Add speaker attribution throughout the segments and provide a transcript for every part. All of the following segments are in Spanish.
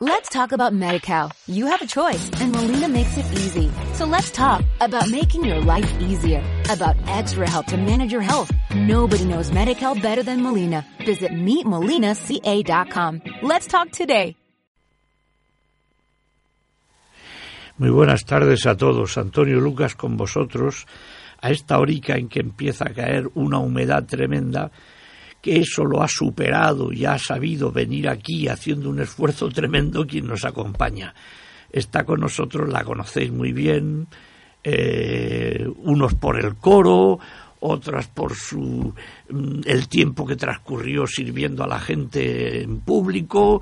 Speaker 1: Let's talk about MediCal. You have a choice and Molina makes it easy. So let's talk about making your life easier, about extra help to manage your health. Nobody knows MediCal better than Molina. Visit meetmolinaca.com. Let's talk today.
Speaker 2: Muy buenas tardes a todos. Antonio Lucas con vosotros a esta horica en que empieza a caer una humedad tremenda que eso lo ha superado y ha sabido venir aquí haciendo un esfuerzo tremendo quien nos acompaña. Está con nosotros, la conocéis muy bien, eh, unos por el coro, otras por su mm, el tiempo que transcurrió sirviendo a la gente en público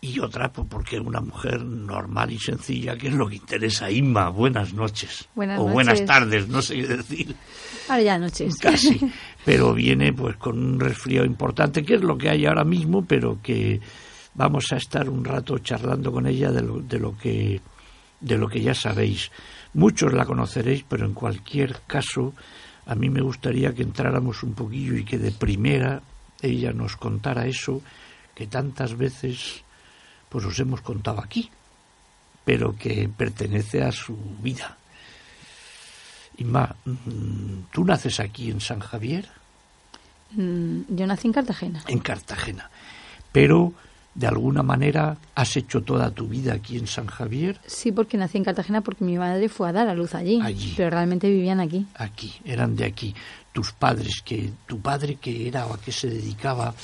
Speaker 2: y otras pues, porque es una mujer normal y sencilla, que es lo que interesa a Inma. Buenas noches.
Speaker 3: Buenas
Speaker 2: o
Speaker 3: noches.
Speaker 2: buenas tardes, no sé qué decir.
Speaker 3: Ahora ya noches.
Speaker 2: Casi. Pero viene pues con un resfriado importante, que es lo que hay ahora mismo, pero que vamos a estar un rato charlando con ella de lo, de lo que de lo que ya sabéis. Muchos la conoceréis, pero en cualquier caso, a mí me gustaría que entráramos un poquillo y que de primera ella nos contara eso que tantas veces pues os hemos contado aquí, pero que pertenece a su vida. Inma, mm, tú naces aquí en San Javier,
Speaker 3: Mm, Yo nací en Cartagena.
Speaker 2: en Cartagena, pero de alguna manera has hecho toda tu vida aquí en San Javier,
Speaker 3: Sí, porque nací en Cartagena porque mi madre fue a dar a luz allí.
Speaker 2: Allí.
Speaker 3: Pero realmente vivían aquí.
Speaker 2: aquí, eran de aquí. Tus padres, que tu padre que era o a qué se dedicaba,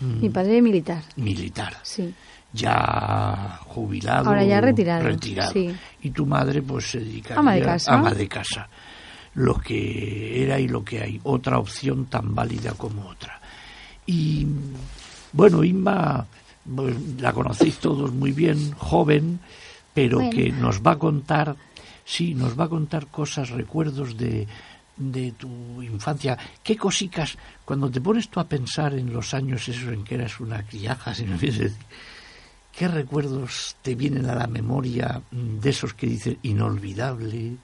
Speaker 2: Mm.
Speaker 3: Mi padre militar.
Speaker 2: militar,
Speaker 3: Sí.
Speaker 2: ya jubilado,
Speaker 3: Ahora ya retirado,
Speaker 2: retirado.
Speaker 3: sí.
Speaker 2: Y tu madre pues se dedicaría
Speaker 3: Ama de casa.
Speaker 2: ama de casa, lo que era y lo que hay, otra opción tan válida como otra. Y bueno, Inma pues, la conocéis todos muy bien, joven, pero
Speaker 4: Bueno.
Speaker 2: que nos va a contar, sí, nos va a contar cosas, recuerdos de de tu infancia, qué cosicas, cuando te pones tú a pensar en los años esos en que eras una criaja, si me quieres decir, ¿Qué recuerdos te vienen a la memoria mm, de esos que dices inolvidable,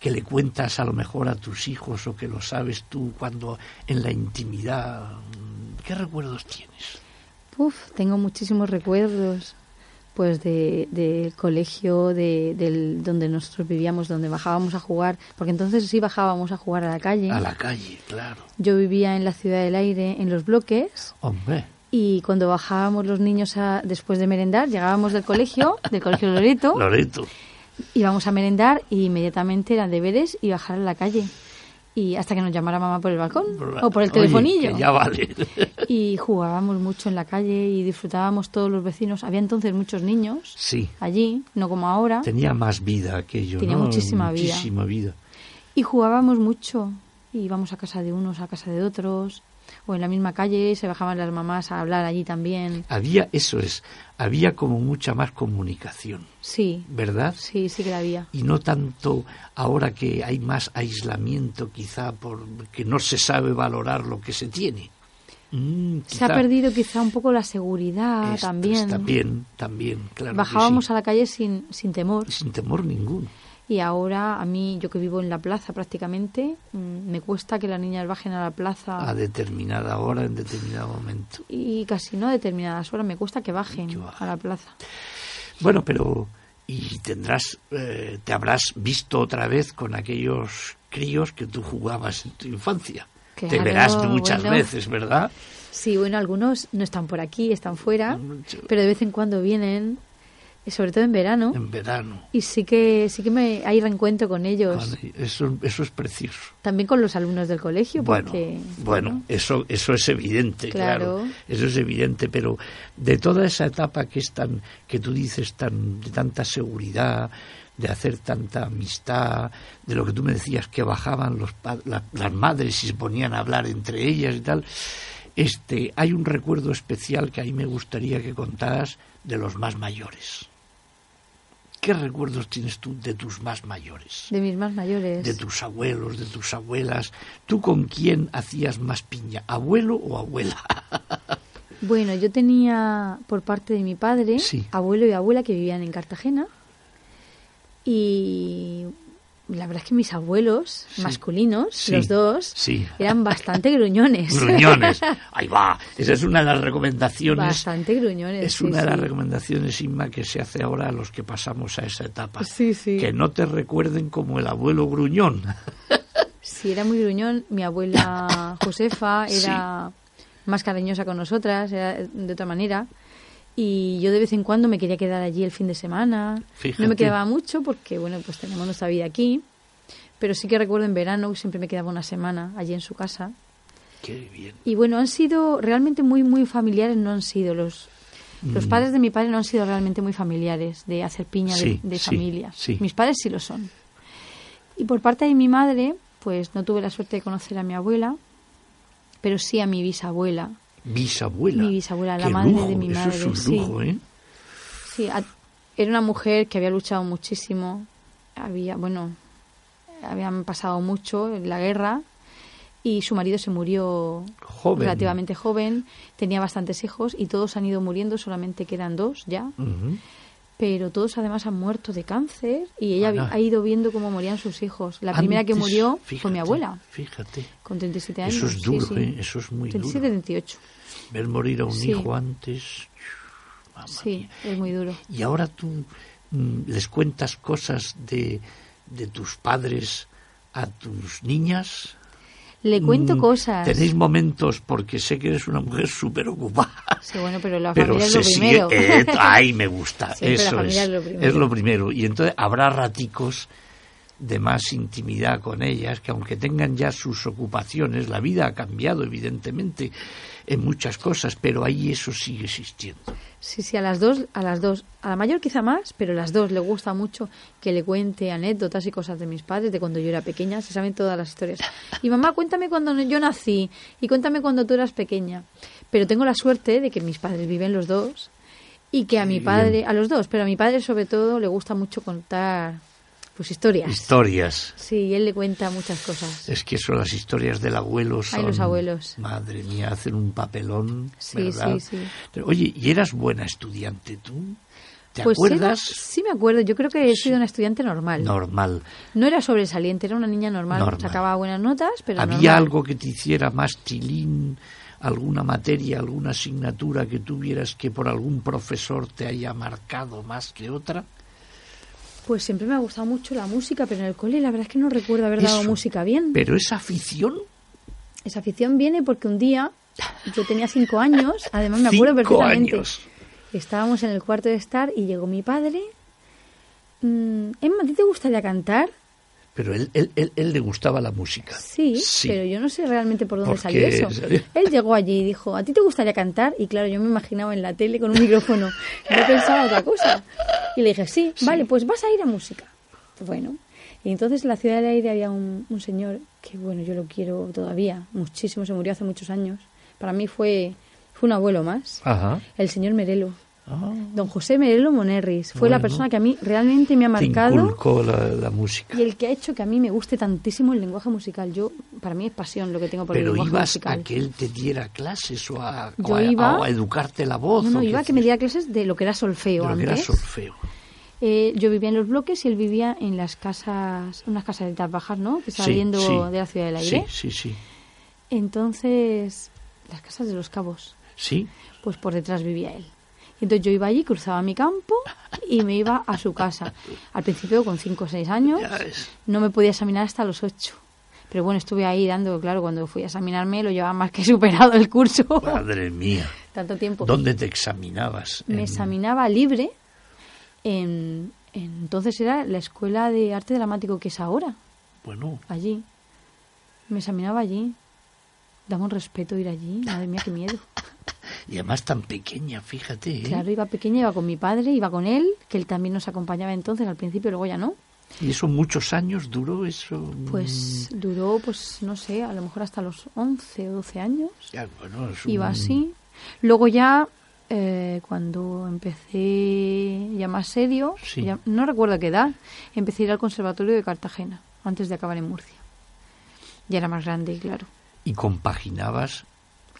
Speaker 2: que le cuentas a lo mejor a tus hijos o que lo sabes tú cuando en la intimidad? mm, ¿Qué recuerdos tienes?
Speaker 3: Uf, tengo muchísimos recuerdos. Pues de- del colegio, de, del, donde nosotros vivíamos, donde bajábamos a jugar. Porque entonces sí bajábamos a jugar a la calle.
Speaker 2: A la calle, claro.
Speaker 3: Yo vivía en la Ciudad del Aire, en los bloques.
Speaker 2: Hombre,
Speaker 3: Y cuando bajábamos los niños a- después de merendar, llegábamos del colegio, del colegio Loreto.
Speaker 2: Loreto.
Speaker 3: Íbamos a merendar y inmediatamente eran deberes y bajar a la calle. Y hasta que nos llamara mamá por el balcón o por el
Speaker 2: Oye,
Speaker 3: telefonillo.
Speaker 2: que ya vale.
Speaker 3: Y jugábamos mucho en la calle y disfrutábamos todos los vecinos. Había entonces muchos niños
Speaker 2: sí,
Speaker 3: allí, no como ahora.
Speaker 2: tenía más vida aquello,
Speaker 3: Tenía
Speaker 2: ¿no?
Speaker 3: muchísima vida.
Speaker 2: Muchísima vida.
Speaker 3: Y jugábamos mucho. Íbamos a casa de unos, a casa de otros. O en la misma calle se bajaban las mamás a hablar allí también.
Speaker 2: Había, eso es, había como mucha más comunicación,
Speaker 3: Sí,
Speaker 2: ¿verdad?
Speaker 3: sí, sí que la había.
Speaker 2: y no tanto ahora que hay más aislamiento quizá por que no se sabe valorar lo que se tiene. Mm,
Speaker 3: Se
Speaker 2: quizá
Speaker 3: ha perdido quizá un poco la seguridad
Speaker 2: esto
Speaker 3: también.
Speaker 2: es También, también, claro. que
Speaker 3: Bajábamos
Speaker 2: sí.
Speaker 3: a la calle sin, sin temor.
Speaker 2: Sin temor ninguno.
Speaker 3: Y ahora a mí, yo que vivo en la plaza prácticamente, mm, me cuesta que las niñas bajen a la plaza
Speaker 2: A determinada hora, en determinado momento.
Speaker 3: y casi no a determinadas horas, me cuesta que bajen
Speaker 2: Que bajen.
Speaker 3: a la plaza.
Speaker 2: Bueno, pero y tendrás, eh, te habrás visto otra vez con aquellos críos que tú jugabas en tu infancia. te
Speaker 3: Claro,
Speaker 2: verás muchas
Speaker 3: bueno.
Speaker 2: veces, ¿verdad?
Speaker 3: Sí, bueno, algunos no están por aquí, están fuera,
Speaker 2: Mucho.
Speaker 3: pero de vez en cuando vienen, eh, sobre todo en verano,
Speaker 2: En verano.
Speaker 3: y sí que sí que me hay reencuentro con ellos,
Speaker 2: Vale, Eso, eso es precioso.
Speaker 3: también con los alumnos del colegio,
Speaker 2: Bueno,
Speaker 3: porque
Speaker 2: bueno, eso, eso es evidente, claro.
Speaker 3: Claro.
Speaker 2: Eso es evidente, pero de toda esa etapa que es tan, que tú dices tan, de tanta seguridad, de hacer tanta amistad, de lo que tú me decías que bajaban los pa- la- las madres y se ponían a hablar entre ellas y tal, este, hay un recuerdo especial que a mí me gustaría que contaras de los más mayores. ¿Qué recuerdos tienes tú de tus más mayores?
Speaker 3: de mis más mayores.
Speaker 2: de tus abuelos, de tus abuelas. ¿Tú con quién hacías más piña? ¿Abuelo o abuela?
Speaker 3: Bueno, yo tenía por parte de mi padre
Speaker 2: Sí.
Speaker 3: abuelo y abuela que vivían en Cartagena y la verdad es que mis abuelos
Speaker 2: Sí.
Speaker 3: masculinos,
Speaker 2: Sí.
Speaker 3: los dos,
Speaker 2: Sí.
Speaker 3: eran bastante gruñones.
Speaker 2: Gruñones. Ahí va. Esa es una de las recomendaciones.
Speaker 3: bastante gruñones.
Speaker 2: Es
Speaker 3: sí,
Speaker 2: una de las
Speaker 3: sí.
Speaker 2: recomendaciones, Inma, que se hace ahora a los que pasamos a esa etapa.
Speaker 3: Sí, sí.
Speaker 2: Que no te recuerden como el abuelo gruñón.
Speaker 3: Sí, era muy gruñón. Mi abuela Josefa era más cariñosa con nosotras, era de otra manera. Y yo de vez en cuando me quería quedar allí el fin de semana. No
Speaker 2: Fíjate.
Speaker 3: me quedaba mucho porque, bueno, pues tenemos nuestra vida aquí. Pero sí que recuerdo en verano siempre me quedaba una semana allí en su casa.
Speaker 2: Qué bien.
Speaker 3: Y bueno, han sido realmente muy, muy familiares, no han sido los...
Speaker 2: Mm.
Speaker 3: Los padres de mi padre no han sido realmente muy familiares de hacer piña de-
Speaker 2: Sí,
Speaker 3: de,
Speaker 2: sí,
Speaker 3: familia.
Speaker 2: sí.
Speaker 3: Mis padres sí lo son. Y por parte de mi madre, pues no tuve la suerte de conocer a mi abuela, pero sí a mi bisabuela.
Speaker 2: Bisabuela.
Speaker 3: Mi bisabuela, la
Speaker 2: Qué
Speaker 3: madre de
Speaker 2: lujo,
Speaker 3: mi madre,
Speaker 2: Eso es un
Speaker 3: sí.
Speaker 2: lujo, ¿eh?
Speaker 3: Sí, a- era una mujer que había luchado muchísimo. Había, bueno, habían pasado mucho en la guerra y su marido se murió
Speaker 2: Joven.
Speaker 3: relativamente joven, tenía bastantes hijos y todos han ido muriendo, solamente quedan dos ya,
Speaker 2: Ujú.
Speaker 3: pero todos además han muerto de cáncer y ella vi-
Speaker 2: Ana.
Speaker 3: ha ido viendo cómo morían sus hijos. La primera que
Speaker 2: Antes,
Speaker 3: murió fue mi
Speaker 2: fíjate,
Speaker 3: abuela,
Speaker 2: Fíjate.
Speaker 3: con 37 años.
Speaker 2: Eso es
Speaker 3: sí,
Speaker 2: duro,
Speaker 3: sí.
Speaker 2: ¿eh? Eso es muy
Speaker 3: 37,
Speaker 2: duro.
Speaker 3: 38.
Speaker 2: Ver morir a un
Speaker 3: Sí.
Speaker 2: hijo antes. Mamma
Speaker 3: Sí, es muy duro.
Speaker 2: Y ahora tú mm, les cuentas cosas de, de tus padres a tus niñas.
Speaker 3: Le cuento
Speaker 2: Mm,
Speaker 3: cosas.
Speaker 2: Tenéis momentos porque sé que eres una mujer súper ocupada.
Speaker 3: Sí, bueno, pero la
Speaker 2: Pero
Speaker 3: familia es
Speaker 2: se
Speaker 3: lo
Speaker 2: sigue.
Speaker 3: primero.
Speaker 2: eh, ay, me gusta.
Speaker 3: Siempre la
Speaker 2: Eso es.
Speaker 3: familia
Speaker 2: Es
Speaker 3: es
Speaker 2: lo,
Speaker 3: lo
Speaker 2: primero.
Speaker 3: primero.
Speaker 2: Y entonces habrá raticos de más intimidad con ellas, que aunque tengan ya sus ocupaciones, la vida ha cambiado, evidentemente, en muchas cosas, pero ahí eso sigue existiendo.
Speaker 3: Sí, sí, a las dos, a las dos. A la mayor quizá más, pero a las dos le gusta mucho que le cuente anécdotas y cosas de mis padres, de cuando yo era pequeña, se saben todas las historias. Y mamá, cuéntame cuando yo nací y cuéntame cuando tú eras pequeña. Pero tengo la suerte de que mis padres viven los dos y que a mi padre, a los dos, pero a mi padre sobre todo le gusta mucho contar pues historias.
Speaker 2: Historias.
Speaker 3: sí, él le cuenta muchas cosas.
Speaker 2: Es que son las historias del abuelo. Son,
Speaker 3: Ay, los abuelos.
Speaker 2: Madre mía, hacen un papelón.
Speaker 3: Sí,
Speaker 2: ¿verdad?
Speaker 3: sí, sí.
Speaker 2: Pero, oye, ¿y eras buena estudiante tú? ¿Te
Speaker 3: Pues era-
Speaker 2: acuerdas?
Speaker 3: sí me acuerdo, yo creo que he sido una estudiante normal.
Speaker 2: Normal.
Speaker 3: No era sobresaliente, era una niña normal,
Speaker 2: Normal.
Speaker 3: sacaba buenas notas, pero
Speaker 2: ¿Había
Speaker 3: normal.
Speaker 2: algo que te hiciera más tilín? ¿Alguna materia, alguna asignatura que tuvieras que por algún profesor te haya marcado más que otra?
Speaker 3: Pues siempre me ha gustado mucho la música, pero en el cole la verdad es que no recuerdo haber dado
Speaker 2: Eso.
Speaker 3: música bien.
Speaker 2: Pero esa afición,
Speaker 3: Esa afición viene porque un día yo tenía cinco años, además me acuerdo
Speaker 2: cinco
Speaker 3: perfectamente.
Speaker 2: años.
Speaker 3: Estábamos en el cuarto de estar y llegó mi padre. Mm, Emma, ¿a ti te gustaría cantar?
Speaker 2: Pero él, él, él, él le gustaba la música.
Speaker 3: Sí, pero yo no sé realmente por dónde
Speaker 2: Porque
Speaker 3: salió eso.
Speaker 2: salió-
Speaker 3: Él llegó allí y dijo, ¿a ti te gustaría cantar? Y claro, yo me imaginaba en la tele con un micrófono. Yo pensaba otra cosa. Y le dije, sí, vale, pues vas a ir a música. Bueno, y entonces en la ciudad del aire había un, un señor que, bueno, yo lo quiero todavía muchísimo, se murió hace muchos años. Para mí fue, fue un abuelo más.
Speaker 2: Ajá.
Speaker 3: El señor Merelo.
Speaker 2: Ah,
Speaker 3: Don José Merelo Monerris. Fue la
Speaker 2: Bueno.
Speaker 3: persona que a mí realmente me ha
Speaker 2: te
Speaker 3: marcado.
Speaker 2: inculcó la, la música.
Speaker 3: Y el que ha hecho que a mí me guste tantísimo el lenguaje musical. Yo, para mí es pasión lo que tengo por el
Speaker 2: Pero
Speaker 3: lenguaje
Speaker 2: ibas
Speaker 3: musical.
Speaker 2: a que él te diera clases o a, o
Speaker 3: Yo
Speaker 2: a-
Speaker 3: iba-
Speaker 2: o a educarte la voz.
Speaker 3: No,
Speaker 2: o
Speaker 3: no,
Speaker 2: qué
Speaker 3: iba a que
Speaker 2: decir,
Speaker 3: me diera clases de lo que era solfeo
Speaker 2: de lo que
Speaker 3: antes.
Speaker 2: era solfeo.
Speaker 3: Eh, yo vivía en los bloques y él vivía en las casas, unas casetas bajas, ¿no? Que saliendo
Speaker 2: sí,
Speaker 3: de la ciudad del aire.
Speaker 2: Sí, sí, sí.
Speaker 3: Entonces, las casas de los cabos,
Speaker 2: Sí,
Speaker 3: pues por detrás vivía él. Y entonces yo iba allí, cruzaba mi campo y me iba a su casa. Al principio con 5 o 6 años
Speaker 2: Ya ves.
Speaker 3: no me podía examinar hasta los 8. Pero bueno, estuve ahí dando, claro, cuando fui a examinarme lo llevaba más que superado el curso.
Speaker 2: madre mía.
Speaker 3: Tanto tiempo.
Speaker 2: ¿Dónde te examinabas?
Speaker 3: me
Speaker 2: En-
Speaker 3: examinaba libre en, en- entonces era la escuela de arte dramático que es ahora
Speaker 2: Bueno,
Speaker 3: allí me examinaba allí daba un respeto ir allí madre mía qué miedo
Speaker 2: y además tan pequeña, fíjate. ¿eh?
Speaker 3: claro iba pequeña iba con mi padre iba con él que él también nos acompañaba entonces al principio luego ya no
Speaker 2: ¿Y eso muchos años duró? eso
Speaker 3: pues
Speaker 2: Mm.
Speaker 3: duró pues no sé a lo mejor hasta los 11 o 12 años
Speaker 2: Ya, bueno, es
Speaker 3: iba
Speaker 2: un-
Speaker 3: así luego ya eh, cuando empecé ya más serio
Speaker 2: Sí.
Speaker 3: ya- no recuerdo a qué edad empecé a ir al conservatorio de Cartagena antes de acabar en Murcia ya era más grande y claro
Speaker 2: Y compaginabas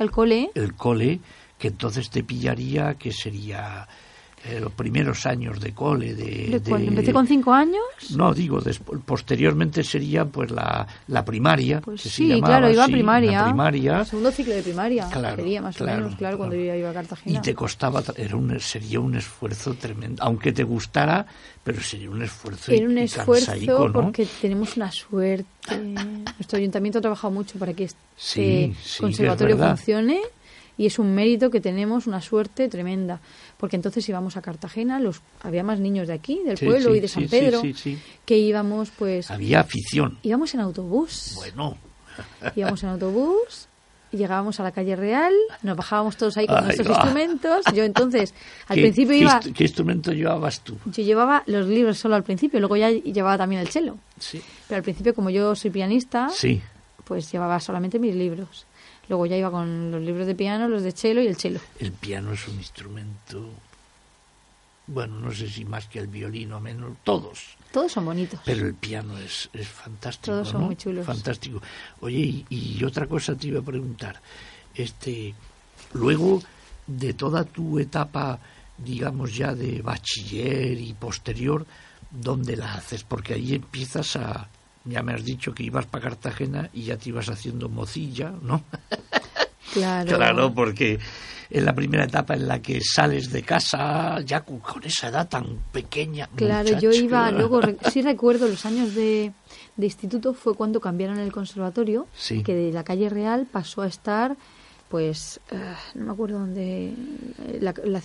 Speaker 3: el cole
Speaker 2: el cole, que entonces te pillaría, que sería eh, los primeros años de cole. De,
Speaker 3: ¿De cuándo?
Speaker 2: Eh, de-
Speaker 3: ¿Empecé con cinco años?
Speaker 2: No, digo, despu- posteriormente sería pues la, la primaria.
Speaker 3: Pues
Speaker 2: que se
Speaker 3: sí,
Speaker 2: llamaba
Speaker 3: claro, iba a
Speaker 2: así, la
Speaker 3: primaria.
Speaker 2: primaria.
Speaker 3: Segundo ciclo de primaria,
Speaker 2: Claro,
Speaker 3: sería más
Speaker 2: claro,
Speaker 3: o menos, claro, cuando yo
Speaker 2: claro.
Speaker 3: ya iba a
Speaker 2: Y
Speaker 3: Cartagena.
Speaker 2: te costaba, tra- era un, sería un esfuerzo tremendo, aunque te gustara, pero sería un esfuerzo
Speaker 3: Era un
Speaker 2: y- y cansaico,
Speaker 3: esfuerzo
Speaker 2: ¿no?
Speaker 3: porque tenemos una suerte. Nuestro ayuntamiento ha trabajado mucho para que este
Speaker 2: Sí, sí, que es
Speaker 3: conservatorio
Speaker 2: verdad.
Speaker 3: funcione y es un mérito que tenemos, una suerte tremenda. Porque entonces íbamos a Cartagena, los había más niños de aquí, del
Speaker 2: Sí,
Speaker 3: pueblo
Speaker 2: sí,
Speaker 3: y de San
Speaker 2: sí, sí,
Speaker 3: Pedro,
Speaker 2: sí, sí.
Speaker 3: que íbamos pues...
Speaker 2: Había afición.
Speaker 3: Íbamos en autobús.
Speaker 2: Bueno,
Speaker 3: Íbamos en autobús, llegábamos a la calle Real, nos bajábamos todos ahí con
Speaker 2: Ahí
Speaker 3: nuestros
Speaker 2: va.
Speaker 3: instrumentos. Yo entonces, al
Speaker 2: ¿qué-
Speaker 3: principio
Speaker 2: qué
Speaker 3: iba,
Speaker 2: instru- ¿Qué instrumento llevabas tú?
Speaker 3: yo llevaba los libros solo al principio, luego ya llevaba también el cello.
Speaker 2: Sí.
Speaker 3: Pero al principio, como yo soy pianista,
Speaker 2: Sí.
Speaker 3: pues llevaba solamente mis libros. Luego ya iba con los libros de piano, los de cello y el cello.
Speaker 2: El piano es un instrumento, bueno, no sé si más que el violino, menos, todos,
Speaker 3: Todos son bonitos.
Speaker 2: pero el piano es, es fantástico.
Speaker 3: Todos son
Speaker 2: ¿no?
Speaker 3: muy chulos.
Speaker 2: Fantástico. Oye, y, y otra cosa te iba a preguntar. Este, luego de toda tu etapa, digamos ya de bachiller y posterior, ¿dónde la haces? Porque ahí empiezas a. Ya me has dicho que ibas para Cartagena y ya te ibas haciendo mocilla, ¿no?
Speaker 3: Claro.
Speaker 2: Claro, pues, porque es la primera etapa en la que sales de casa, ya con, con esa edad tan pequeña.
Speaker 3: Claro,
Speaker 2: muchacho.
Speaker 3: yo iba, luego re- sí recuerdo los años de, de instituto fue cuando cambiaron el conservatorio,
Speaker 2: Sí.
Speaker 3: que de la calle Real pasó a estar, pues, eh, no me acuerdo dónde, eh, la- la-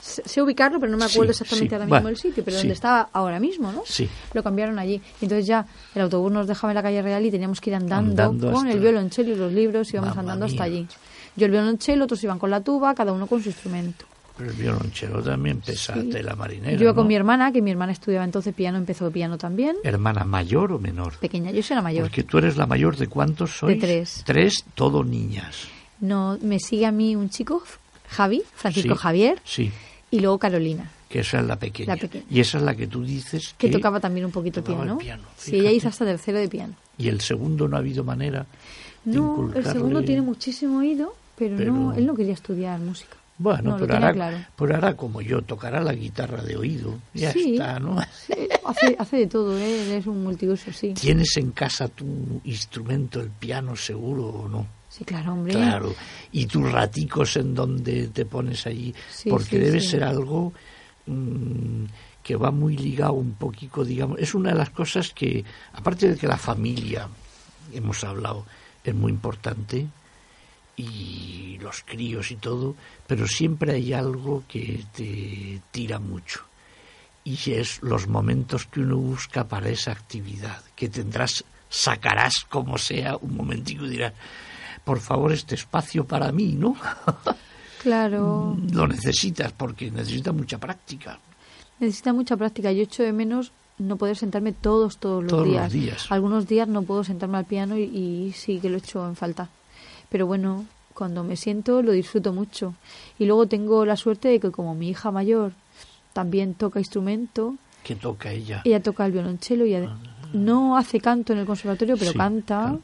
Speaker 3: sé sé ubicarlo, pero no me
Speaker 2: Sí,
Speaker 3: acuerdo exactamente
Speaker 2: sí,
Speaker 3: ahora mismo
Speaker 2: bueno,
Speaker 3: el sitio, pero
Speaker 2: sí.
Speaker 3: donde estaba ahora mismo, ¿no?
Speaker 2: Sí.
Speaker 3: Lo cambiaron allí. Y entonces ya el autobús nos dejaba en la calle Real y teníamos que ir andando,
Speaker 2: Andando
Speaker 3: con
Speaker 2: hasta-
Speaker 3: el violonchelo y los libros, íbamos
Speaker 2: Mamma
Speaker 3: andando hasta
Speaker 2: mía.
Speaker 3: allí. Yo el violonchelo, otros iban con la tuba, cada uno con su instrumento.
Speaker 2: Pero el violonchelo también pesa
Speaker 3: Sí.
Speaker 2: tela marinera.
Speaker 3: Yo iba con
Speaker 2: ¿no?
Speaker 3: mi hermana, que mi hermana estudiaba entonces piano, empezó piano también.
Speaker 2: hermana. mayor o menor?
Speaker 3: Pequeña, yo soy la mayor.
Speaker 2: Porque tú eres la mayor de cuántos sois?
Speaker 3: tres.
Speaker 2: Tres, todo niñas.
Speaker 3: No, me sigue a mí un chico, Javi, Francisco
Speaker 2: Sí,
Speaker 3: Javier,
Speaker 2: Sí,
Speaker 3: y luego Carolina,
Speaker 2: que esa es la pequeña.
Speaker 3: La pequeña.
Speaker 2: Y esa es la que tú dices
Speaker 3: que
Speaker 2: que...
Speaker 3: tocaba también un poquito
Speaker 2: tocaba el
Speaker 3: piano.
Speaker 2: piano,
Speaker 3: sí, ella
Speaker 2: fíjate.
Speaker 3: hizo hasta tercero de piano.
Speaker 2: Y el segundo no ha habido manera de
Speaker 3: No, el segundo
Speaker 2: inculcarle-
Speaker 3: tiene muchísimo oído, pero, no,
Speaker 2: Pero-
Speaker 3: él no quería estudiar música.
Speaker 2: Bueno,
Speaker 3: no, lo
Speaker 2: pero,
Speaker 3: tenía
Speaker 2: hará,
Speaker 3: claro.
Speaker 2: pero hará como yo, tocará la guitarra de oído. Ya
Speaker 3: Sí.
Speaker 2: está, ¿no?
Speaker 3: Sí, hace, hace de todo, ¿eh? él es un multiuso, sí.
Speaker 2: ¿Tienes en casa tu instrumento, el piano, seguro o no?
Speaker 3: Sí, claro, hombre.
Speaker 2: Claro. Y tus raticos en donde te pones allí.
Speaker 3: Sí,
Speaker 2: porque
Speaker 3: sí,
Speaker 2: debe
Speaker 3: sí.
Speaker 2: ser algo mm, que va muy ligado un poquito, digamos. Es una de las cosas que, aparte de que la familia, hemos hablado, es muy importante, y los críos y todo, pero siempre hay algo que te tira mucho. Y es los momentos que uno busca para esa actividad, que tendrás, sacarás como sea un momentico y dirás, por favor, este espacio para mí, ¿no?
Speaker 3: Claro.
Speaker 2: Lo necesitas porque necesita mucha práctica.
Speaker 3: Necesita mucha práctica. Yo echo de menos no poder sentarme todos, todos los
Speaker 2: Todos los
Speaker 3: días.
Speaker 2: días.
Speaker 3: Algunos días no puedo sentarme al piano y, y sí que lo echo en falta. Pero bueno, cuando me siento lo disfruto mucho. Y luego tengo la suerte de que como mi hija mayor también toca instrumento,
Speaker 2: Que toca ella.
Speaker 3: ella toca el violonchelo y ade- no hace canto en el conservatorio, pero
Speaker 2: Ah. Sí,
Speaker 3: canta,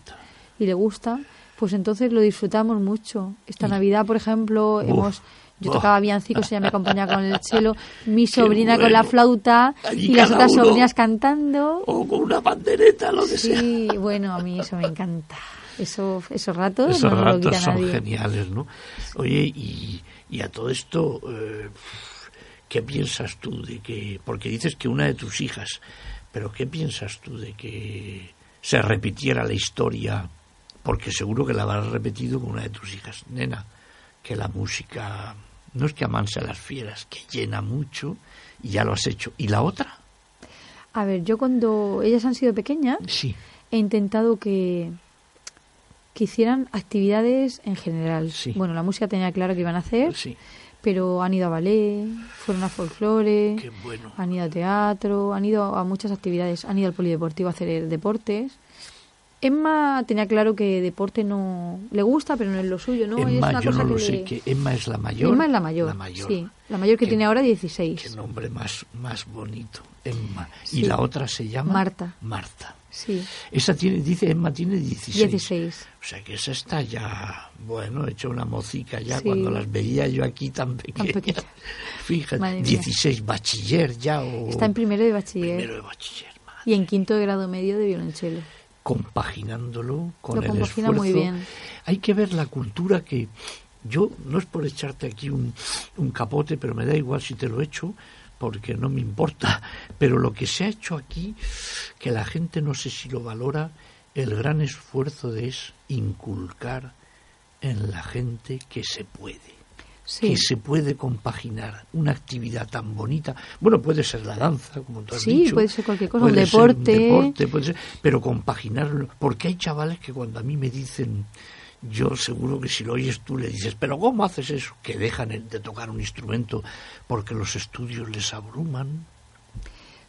Speaker 3: y le gusta, pues entonces lo disfrutamos mucho. Esta Navidad, por ejemplo, hemos yo
Speaker 2: oh.
Speaker 3: tocaba villancicos, ella me acompañaba con el cello, mi sobrina con la
Speaker 2: bueno.
Speaker 3: flauta
Speaker 2: Allí
Speaker 3: y las
Speaker 2: cada
Speaker 3: otras
Speaker 2: uno.
Speaker 3: sobrinas cantando.
Speaker 2: O con una pandereta, lo que sea.
Speaker 3: Sí, bueno, a mí eso me encanta. Eso, esos ratos
Speaker 2: Esos
Speaker 3: no me lo
Speaker 2: ratos
Speaker 3: quita
Speaker 2: son
Speaker 3: nadie.
Speaker 2: geniales, ¿no? Oye, y, y a todo esto, eh, ¿qué piensas tú de que.? Porque dices que una de tus hijas, pero ¿qué piensas tú de que se repitiera la historia? Porque seguro que la habrás repetido con una de tus hijas, nena, que la música no es que amansa a las fieras, que llena mucho y ya lo has hecho. ¿Y la otra?
Speaker 3: A ver, yo cuando ellas han sido pequeñas
Speaker 2: Sí,
Speaker 3: he intentado que que hicieran actividades en general.
Speaker 2: Sí.
Speaker 3: Bueno, la música tenía claro que iban a hacer,
Speaker 2: sí.
Speaker 3: pero han ido a ballet, fueron a folclore,
Speaker 2: Qué bueno.
Speaker 3: han ido a teatro, han ido a muchas actividades, han ido al polideportivo a hacer deportes. Emma tenía claro que deporte no le gusta, pero no es lo suyo, ¿no? es
Speaker 2: Emma,
Speaker 3: una
Speaker 2: yo
Speaker 3: cosa
Speaker 2: no lo
Speaker 3: que
Speaker 2: sé,
Speaker 3: le-
Speaker 2: que Emma es la mayor.
Speaker 3: Emma es la mayor, sí, la mayor que
Speaker 2: Qué-
Speaker 3: tiene ahora
Speaker 2: Qué
Speaker 3: 16.
Speaker 2: nombre más, más bonito, Emma.
Speaker 3: Sí.
Speaker 2: Y la otra se llama
Speaker 3: Marta.
Speaker 2: Marta.
Speaker 3: Sí,
Speaker 2: Esa tiene, dice Emma, tiene 16.
Speaker 3: 16.
Speaker 2: O sea que esa está ya, bueno, hecha una mocica ya
Speaker 3: Sí.
Speaker 2: cuando las veía yo aquí tan pequeñas.
Speaker 3: pequeñas.
Speaker 2: fíjate,
Speaker 3: Madre mía.
Speaker 2: 16 bachiller ya o
Speaker 3: Está en primero de bachiller
Speaker 2: primero de bachiller, madre,
Speaker 3: y en quinto de grado medio de violonchelo.
Speaker 2: compaginándolo con
Speaker 3: Lo
Speaker 2: el
Speaker 3: compagina
Speaker 2: esfuerzo.
Speaker 3: muy bien.
Speaker 2: Hay que ver la cultura que yo no es por echarte aquí un, un capote, pero me da igual si te lo echo porque no me importa, pero lo que se ha hecho aquí que la gente no sé si lo valora, el gran esfuerzo de es inculcar en la gente que se puede.
Speaker 3: Sí.
Speaker 2: que se puede compaginar una actividad tan bonita. Bueno, puede ser la danza, como tú has
Speaker 3: Sí,
Speaker 2: dicho,
Speaker 3: puede ser cualquier cosa, un
Speaker 2: puede ser
Speaker 3: deporte.
Speaker 2: deporte, puede ser- pero compaginarlo. Porque hay chavales que cuando a mí me dicen, yo seguro que si lo oyes tú le dices, pero ¿cómo haces eso? Que dejan el- de tocar un instrumento porque los estudios les abruman.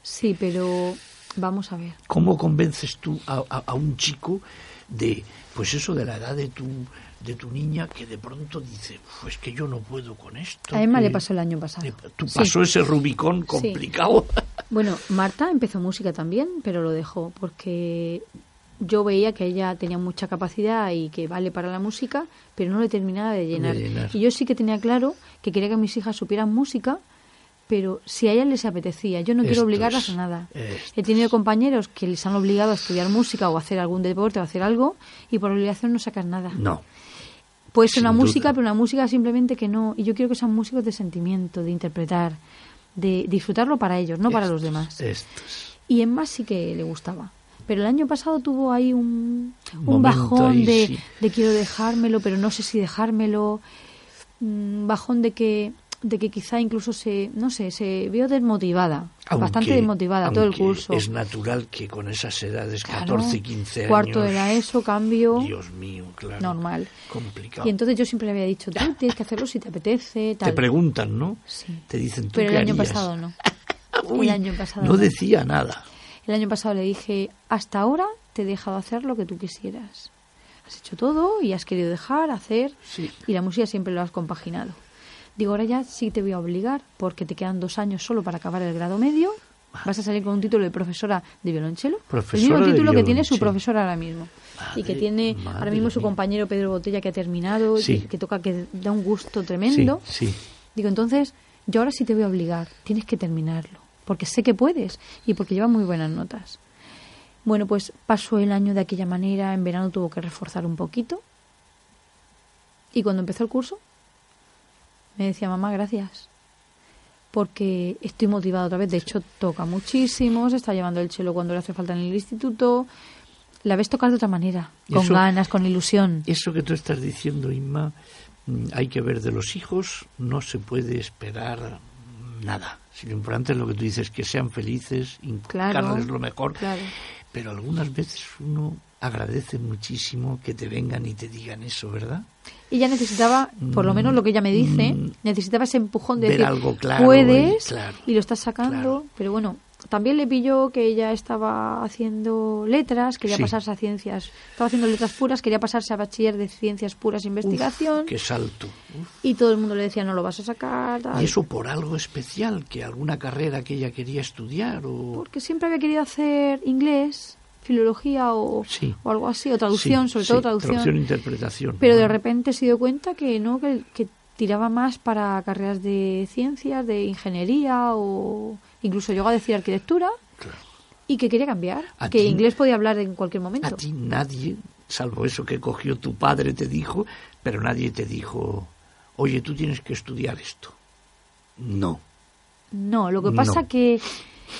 Speaker 3: Sí, pero vamos a ver.
Speaker 2: ¿Cómo convences tú a, a- a un chico de, pues eso, de la edad de tu, de tu niña que de pronto dice, pues que yo no puedo con esto?
Speaker 3: A Emma le
Speaker 2: que-
Speaker 3: pasó el año pasado.
Speaker 2: Eh, Tú
Speaker 3: Sí.
Speaker 2: pasó ese Rubicón complicado.
Speaker 3: Bueno, Marta empezó música también, pero lo dejó porque yo veía que ella tenía mucha capacidad y que vale para la música, pero no le terminaba de llenar.
Speaker 2: De llenar.
Speaker 3: Y yo sí que tenía claro que quería que mis hijas supieran música, pero si a ellas les apetecía, yo no
Speaker 2: Esto
Speaker 3: quiero obligarlas
Speaker 2: es-
Speaker 3: a nada.
Speaker 2: esto
Speaker 3: He tenido compañeros que les han obligado a estudiar música o a hacer algún deporte o a hacer algo y por obligación no sacas nada.
Speaker 2: No.
Speaker 3: Puede ser
Speaker 2: Sin
Speaker 3: una
Speaker 2: duda.
Speaker 3: música, pero una música simplemente que no. Y yo quiero que sean músicos de sentimiento, de interpretar, de disfrutarlo para ellos, no para los demás.
Speaker 2: Esto es-
Speaker 3: Y en más sí que le gustaba. Pero el año pasado tuvo ahí un, un
Speaker 2: Momento
Speaker 3: bajón
Speaker 2: ahí,
Speaker 3: de,
Speaker 2: sí.
Speaker 3: de quiero dejármelo, pero no sé si dejármelo. Un bajón de que, de que quizá incluso se, no sé, se vio desmotivada. bastante
Speaker 2: aunque-
Speaker 3: desmotivada todo el
Speaker 2: aunque
Speaker 3: curso.
Speaker 2: Es natural que con esas edades,
Speaker 3: Claro,
Speaker 2: 14, 15 años.
Speaker 3: Cuarto de la ESO, cambio.
Speaker 2: Dios mío, claro.
Speaker 3: Normal.
Speaker 2: Complicado.
Speaker 3: Y entonces yo siempre le había dicho, tú tienes que hacerlo si te apetece,
Speaker 2: Te
Speaker 3: tal.
Speaker 2: preguntan, ¿no?
Speaker 3: Sí.
Speaker 2: Te dicen tú
Speaker 3: Pero
Speaker 2: qué
Speaker 3: el año
Speaker 2: harías? Ah,
Speaker 3: pasado no.
Speaker 2: Uy,
Speaker 3: el año pasado
Speaker 2: No
Speaker 3: no.
Speaker 2: decía nada.
Speaker 3: El año pasado le dije, hasta ahora te he dejado hacer lo que tú quisieras. Has hecho todo y has querido dejar, hacer,
Speaker 2: Sí.
Speaker 3: y la música siempre lo has compaginado. Digo, ahora ya sí te voy a obligar, porque te quedan dos años solo para acabar el grado medio. Vas a salir con un título de profesora de violonchelo.
Speaker 2: Ah. Profesora
Speaker 3: el mismo
Speaker 2: de
Speaker 3: título que tiene su
Speaker 2: violonchelo.
Speaker 3: profesora ahora mismo. y que
Speaker 2: Madre-
Speaker 3: tiene ahora
Speaker 2: madre
Speaker 3: mismo su
Speaker 2: mía.
Speaker 3: compañero Pedro Botella que ha terminado, y
Speaker 2: Sí.
Speaker 3: que, que toca, que da un gusto
Speaker 2: Sí,
Speaker 3: tremendo.
Speaker 2: sí.
Speaker 3: Digo, entonces, yo ahora sí te voy a obligar, tienes que terminarlo, porque sé que puedes y porque lleva muy buenas notas. Bueno, pues pasó el año de aquella manera, en verano tuvo que reforzar un poquito. Y cuando empezó el curso, me decía, mamá, gracias, porque estoy motivada otra vez. De hecho, toca muchísimo, se está llevando el chelo cuando le hace falta en el instituto. La ves tocar de otra manera,
Speaker 2: Y
Speaker 3: con
Speaker 2: eso-
Speaker 3: ganas, con ilusión.
Speaker 2: Eso que tú estás diciendo, Inma, mm, hay que ver de los hijos, no se puede esperar nada. Si lo importante es lo que tú dices, que sean felices, inculcarles lo mejor.
Speaker 3: claro.
Speaker 2: Pero algunas veces uno agradece muchísimo que te vengan y te digan eso, ¿verdad?
Speaker 3: Ella necesitaba, por lo menos lo que ella me dice,
Speaker 2: Mm.
Speaker 3: necesitaba ese empujón de
Speaker 2: Ver
Speaker 3: decir,
Speaker 2: algo claro,
Speaker 3: puedes
Speaker 2: y claro,
Speaker 3: y lo estás sacando,
Speaker 2: claro.
Speaker 3: pero bueno, también le pilló que ella estaba haciendo letras, quería
Speaker 2: Sí.
Speaker 3: pasarse a ciencias, estaba haciendo letras puras, quería pasarse a bachiller de ciencias puras e investigación
Speaker 2: Uf, qué salto. Uf.
Speaker 3: y todo el mundo le decía no lo vas a sacar, tal,
Speaker 2: Y eso por algo especial, que alguna carrera que ella quería estudiar o...
Speaker 3: porque siempre había querido hacer inglés, filología o,
Speaker 2: Sí.
Speaker 3: o algo así, o traducción,
Speaker 2: Sí,
Speaker 3: sobre
Speaker 2: sí,
Speaker 3: todo
Speaker 2: Traducción e interpretación.
Speaker 3: Pero de
Speaker 2: Bueno,
Speaker 3: repente se dio cuenta que no, que, que tiraba más para carreras de ciencias, de ingeniería o incluso llegó a decir arquitectura
Speaker 2: claro.
Speaker 3: y que quería cambiar,
Speaker 2: A
Speaker 3: que
Speaker 2: ti-
Speaker 3: inglés podía hablar en cualquier
Speaker 2: A
Speaker 3: momento.
Speaker 2: ti nadie, salvo eso que cogió tu padre, te dijo, pero nadie te dijo, oye, tú tienes que estudiar esto. No.
Speaker 3: No, lo que
Speaker 2: No.
Speaker 3: pasa que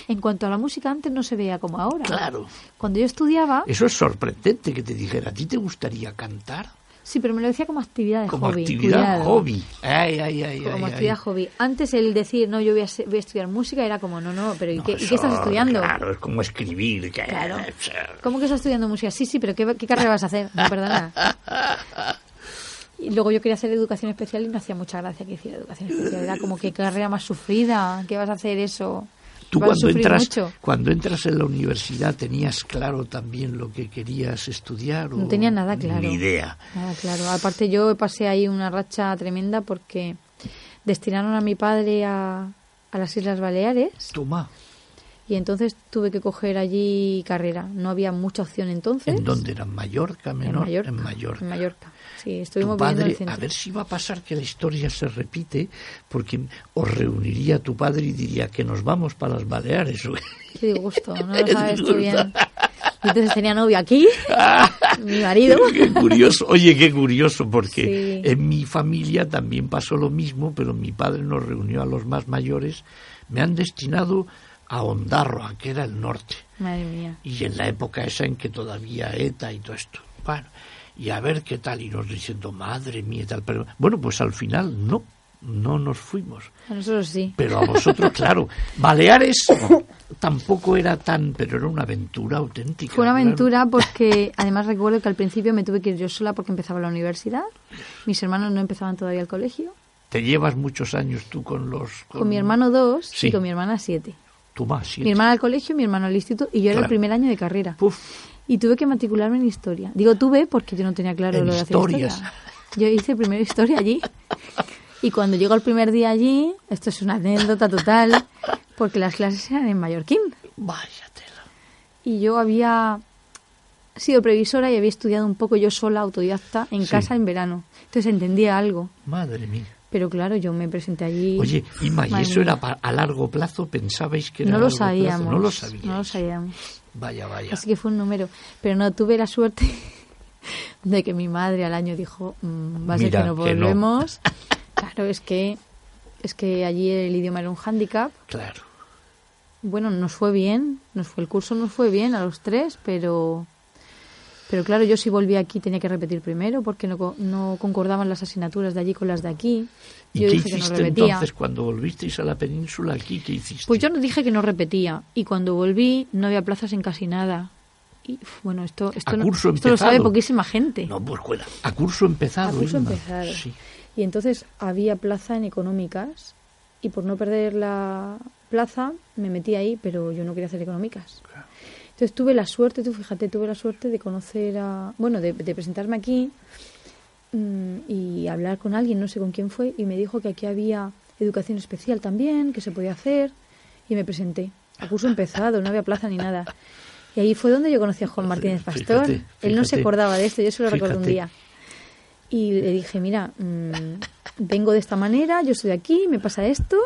Speaker 3: en cuanto a la música antes no se veía como ahora.
Speaker 2: Claro. Eh.
Speaker 3: Cuando yo estudiaba,
Speaker 2: Eso es sorprendente que te dijera, ¿a ti te gustaría cantar?
Speaker 3: sí, pero me lo decía como actividad de
Speaker 2: Como
Speaker 3: Eh, hobby.
Speaker 2: actividad
Speaker 3: cuidado.
Speaker 2: hobby. Ay, ay, ay,
Speaker 3: Como
Speaker 2: ay,
Speaker 3: actividad
Speaker 2: ay.
Speaker 3: hobby. Antes el decir, no, yo voy a, ser- voy a estudiar música era como, no, no, pero ¿y,
Speaker 2: No,
Speaker 3: qué, y qué
Speaker 2: eso,
Speaker 3: estás estudiando?
Speaker 2: Claro, es como escribir. que-
Speaker 3: Claro. ¿Cómo que estás estudiando música? Sí, sí, pero ¿qué, qué carrera vas a hacer? No, perdona. Y luego yo quería hacer educación especial y no hacía mucha gracia que hiciera educación especial. Era como que carrera más sufrida, ¿qué vas a hacer eso?
Speaker 2: Tú
Speaker 3: Vas a
Speaker 2: cuando
Speaker 3: sufrir
Speaker 2: entras,
Speaker 3: mucho.
Speaker 2: cuando entras en la universidad tenías claro también lo que querías estudiar. o-
Speaker 3: No tenía nada claro.
Speaker 2: Ni idea.
Speaker 3: Nada, Ah, claro. Aparte yo pasé ahí una racha tremenda porque destinaron a mi padre a, a las Islas Baleares
Speaker 2: Toma.
Speaker 3: Y entonces tuve que coger allí carrera. No había mucha opción entonces.
Speaker 2: ¿En dónde era? ¿En Mallorca, menor?
Speaker 3: En Mallorca.
Speaker 2: En Mallorca.
Speaker 3: En Mallorca. Sí, estuvimos
Speaker 2: tu
Speaker 3: viviendo en el
Speaker 2: padre,
Speaker 3: centro.
Speaker 2: a ver si va a pasar que la historia se repite, porque os reuniría tu padre y diría que nos vamos para las Baleares. o qué.
Speaker 3: Qué disgusto, no lo
Speaker 2: Qué
Speaker 3: sabes tú bien.
Speaker 2: disgusto.
Speaker 3: Y entonces tenía novio aquí, mi marido.
Speaker 2: Qué curioso, oye, qué curioso, porque
Speaker 3: Sí.
Speaker 2: en mi familia también pasó lo mismo, pero mi padre nos reunió a los más mayores. Me han destinado a Ondarroa, que era el norte,
Speaker 3: Madre mía.
Speaker 2: y en la época esa en que todavía ETA y todo esto. Bueno, y a ver qué tal, y nos diciendo, madre mía, y tal. Pero bueno, pues al final no, no nos fuimos.
Speaker 3: A nosotros sí.
Speaker 2: Pero a vosotros, claro. Baleares tampoco era tan, pero era una aventura auténtica.
Speaker 3: Fue una
Speaker 2: claro.
Speaker 3: aventura porque además recuerdo que al principio me tuve que ir yo sola porque empezaba la universidad. Mis hermanos no empezaban todavía el colegio.
Speaker 2: Te llevas muchos años tú con los.
Speaker 3: Con mi hermano dos
Speaker 2: Mm. Sí.
Speaker 3: y con mi hermana siete.
Speaker 2: Tú más, siete.
Speaker 3: Mi hermana al colegio, mi hermano al instituto y yo era
Speaker 2: Claro.
Speaker 3: el primer año de carrera.
Speaker 2: Puf,
Speaker 3: Y tuve que matricularme en historia. Digo tuve porque yo no tenía claro
Speaker 2: En
Speaker 3: lo de hacer
Speaker 2: historias.
Speaker 3: historia. Yo hice primero historia allí. Y cuando llego el primer día allí, esto es una anécdota total, porque las clases eran en mallorquín.
Speaker 2: vaya tela.
Speaker 3: Y yo había sido previsora y había estudiado un poco yo sola, autodidacta, en
Speaker 2: Sí.
Speaker 3: casa en verano. Entonces entendía algo.
Speaker 2: Madre mía.
Speaker 3: Pero claro, yo me presenté allí.
Speaker 2: Oye, Ima, ¿y
Speaker 3: Madre
Speaker 2: eso
Speaker 3: mía.
Speaker 2: era pa- a largo plazo? ¿Pensabais que era
Speaker 3: No
Speaker 2: a
Speaker 3: lo
Speaker 2: largo plazo?
Speaker 3: sabíamos.
Speaker 2: No lo sabíais.
Speaker 3: No lo sabíamos.
Speaker 2: Vaya, vaya.
Speaker 3: Así que fue un número. Pero no tuve la suerte de que mi madre al año dijo, "Mm, va a ser
Speaker 2: Mira,
Speaker 3: que no
Speaker 2: que no".
Speaker 3: volvemos. Claro, es que, es que allí el idioma era un hándicap.
Speaker 2: Claro.
Speaker 3: Bueno, nos fue bien, nos fue el curso, nos fue bien a los tres, pero... Pero claro, yo si volví aquí tenía que repetir primero porque no, co- no concordaban las asignaturas de allí con las de aquí.
Speaker 2: ¿Y
Speaker 3: Yo
Speaker 2: qué
Speaker 3: dije que no
Speaker 2: hiciste
Speaker 3: repetía.
Speaker 2: entonces cuando volvisteis a la península aquí? ¿Qué hiciste?
Speaker 3: Pues yo no dije que no repetía y cuando volví no había plazas en casi nada. Y uf, bueno, esto
Speaker 2: A
Speaker 3: esto, no-
Speaker 2: curso
Speaker 3: esto lo sabe
Speaker 2: empezado.
Speaker 3: poquísima gente.
Speaker 2: No, pues cuela. A curso empezado.
Speaker 3: A curso
Speaker 2: Inma.
Speaker 3: empezado.
Speaker 2: Sí.
Speaker 3: Y entonces había plaza en económicas y por no perder la plaza me metí ahí, pero yo no quería hacer económicas.
Speaker 2: Claro.
Speaker 3: Entonces tuve la suerte, tú fíjate, tuve la suerte de conocer a... Bueno, de, de presentarme aquí mm, y hablar con alguien, no sé con quién fue, y me dijo que aquí había educación especial también, que se podía hacer, y me presenté. A curso empezado, no había plaza ni nada. Y ahí fue donde yo conocí a Juan Martínez
Speaker 2: Fíjate,
Speaker 3: Pastor. Él no
Speaker 2: fíjate.
Speaker 3: se acordaba de esto, yo se lo recordé un
Speaker 2: Fíjate.
Speaker 3: día. Y le dije, mira, mm, vengo de esta manera, yo soy de aquí, me pasa esto,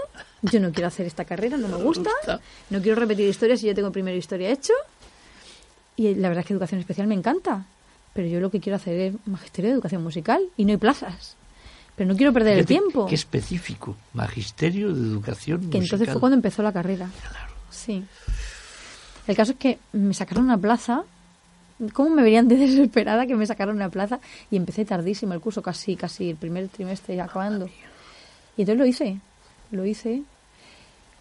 Speaker 3: yo no quiero hacer esta carrera, no me gusta,
Speaker 2: gusta.
Speaker 3: no quiero repetir historias si yo tengo primero historia hecho. Y la verdad es que educación especial me encanta, pero yo lo que quiero hacer es magisterio de educación musical y no hay plazas. Pero no quiero perder el
Speaker 2: Fíjate
Speaker 3: tiempo.
Speaker 2: Qué específico. Magisterio de Educación
Speaker 3: Que entonces
Speaker 2: Musical.
Speaker 3: fue cuando empezó la carrera.
Speaker 2: Claro.
Speaker 3: Sí. El caso es que me sacaron una plaza. ¿Cómo me verían de desesperada que me sacaron una plaza? Y empecé tardísimo el curso, casi, casi el primer trimestre ya acabando. Y entonces lo hice, lo hice.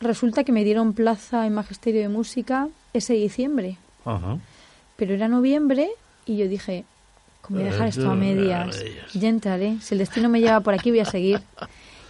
Speaker 3: Resulta que me dieron plaza en Magisterio de Música ese diciembre,
Speaker 2: Ajá.
Speaker 3: pero era noviembre y yo dije, como voy a dejar esto a medias, ya entraré. Si el destino me lleva por aquí, voy a seguir.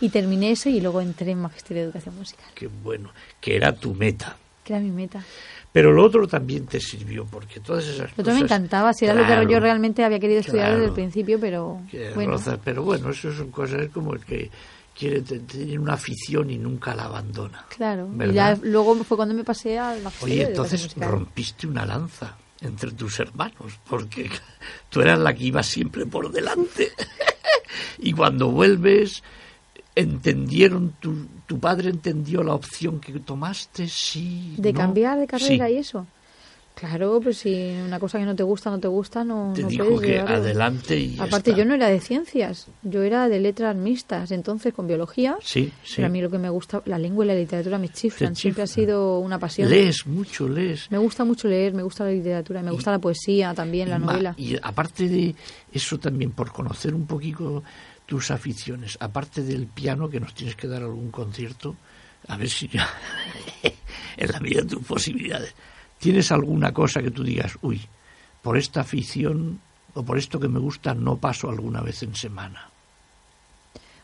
Speaker 3: Y terminé eso y luego entré en Magisterio de Educación Musical,
Speaker 2: Qué bueno. Que era tu meta.
Speaker 3: que era mi meta.
Speaker 2: Pero lo otro también te sirvió, porque todas esas
Speaker 3: Lo otro
Speaker 2: cosas...
Speaker 3: me encantaba, si era lo
Speaker 2: Pues Claro,
Speaker 3: que yo realmente había querido estudiar desde
Speaker 2: claro.
Speaker 3: el principio, pero
Speaker 2: que
Speaker 3: bueno,
Speaker 2: rozas. Pero bueno, eso son cosas como el que quiere te- tener una afición y nunca la abandona.
Speaker 3: claro. Y ya
Speaker 2: ¿Verdad?
Speaker 3: luego fue cuando me pasé al magisterio.
Speaker 2: Oye,
Speaker 3: de educación
Speaker 2: entonces
Speaker 3: musical.
Speaker 2: rompiste una lanza entre tus hermanos, porque tú eras la que iba siempre por delante. y cuando vuelves, entendieron, tu, tu padre entendió la opción que tomaste, sí.
Speaker 3: de
Speaker 2: no,
Speaker 3: cambiar de carrera
Speaker 2: sí.
Speaker 3: y eso. Claro, pues si una cosa que no te gusta, no te gusta, no,
Speaker 2: Te
Speaker 3: no
Speaker 2: dijo
Speaker 3: puedes
Speaker 2: que
Speaker 3: llevarlo.
Speaker 2: adelante y ya
Speaker 3: Aparte,
Speaker 2: está.
Speaker 3: yo no era de ciencias, yo era de letras mixtas, entonces con biología.
Speaker 2: Sí, sí.
Speaker 3: Pero a mí lo que me gusta, la lengua y la literatura me chiflan,
Speaker 2: Te
Speaker 3: siempre ha
Speaker 2: chiflan.
Speaker 3: sido una pasión.
Speaker 2: Lees mucho, lees.
Speaker 3: Me gusta mucho leer, me gusta la literatura, me gusta la poesía también, la
Speaker 2: Ma-
Speaker 3: novela.
Speaker 2: Y aparte de eso también, por conocer un poquito tus aficiones, aparte del piano, que nos tienes que dar algún concierto, a ver si ya, en la medida de tus posibilidades, ¿tienes alguna cosa que tú digas, uy, por esta afición o por esto que me gusta no paso alguna vez en semana?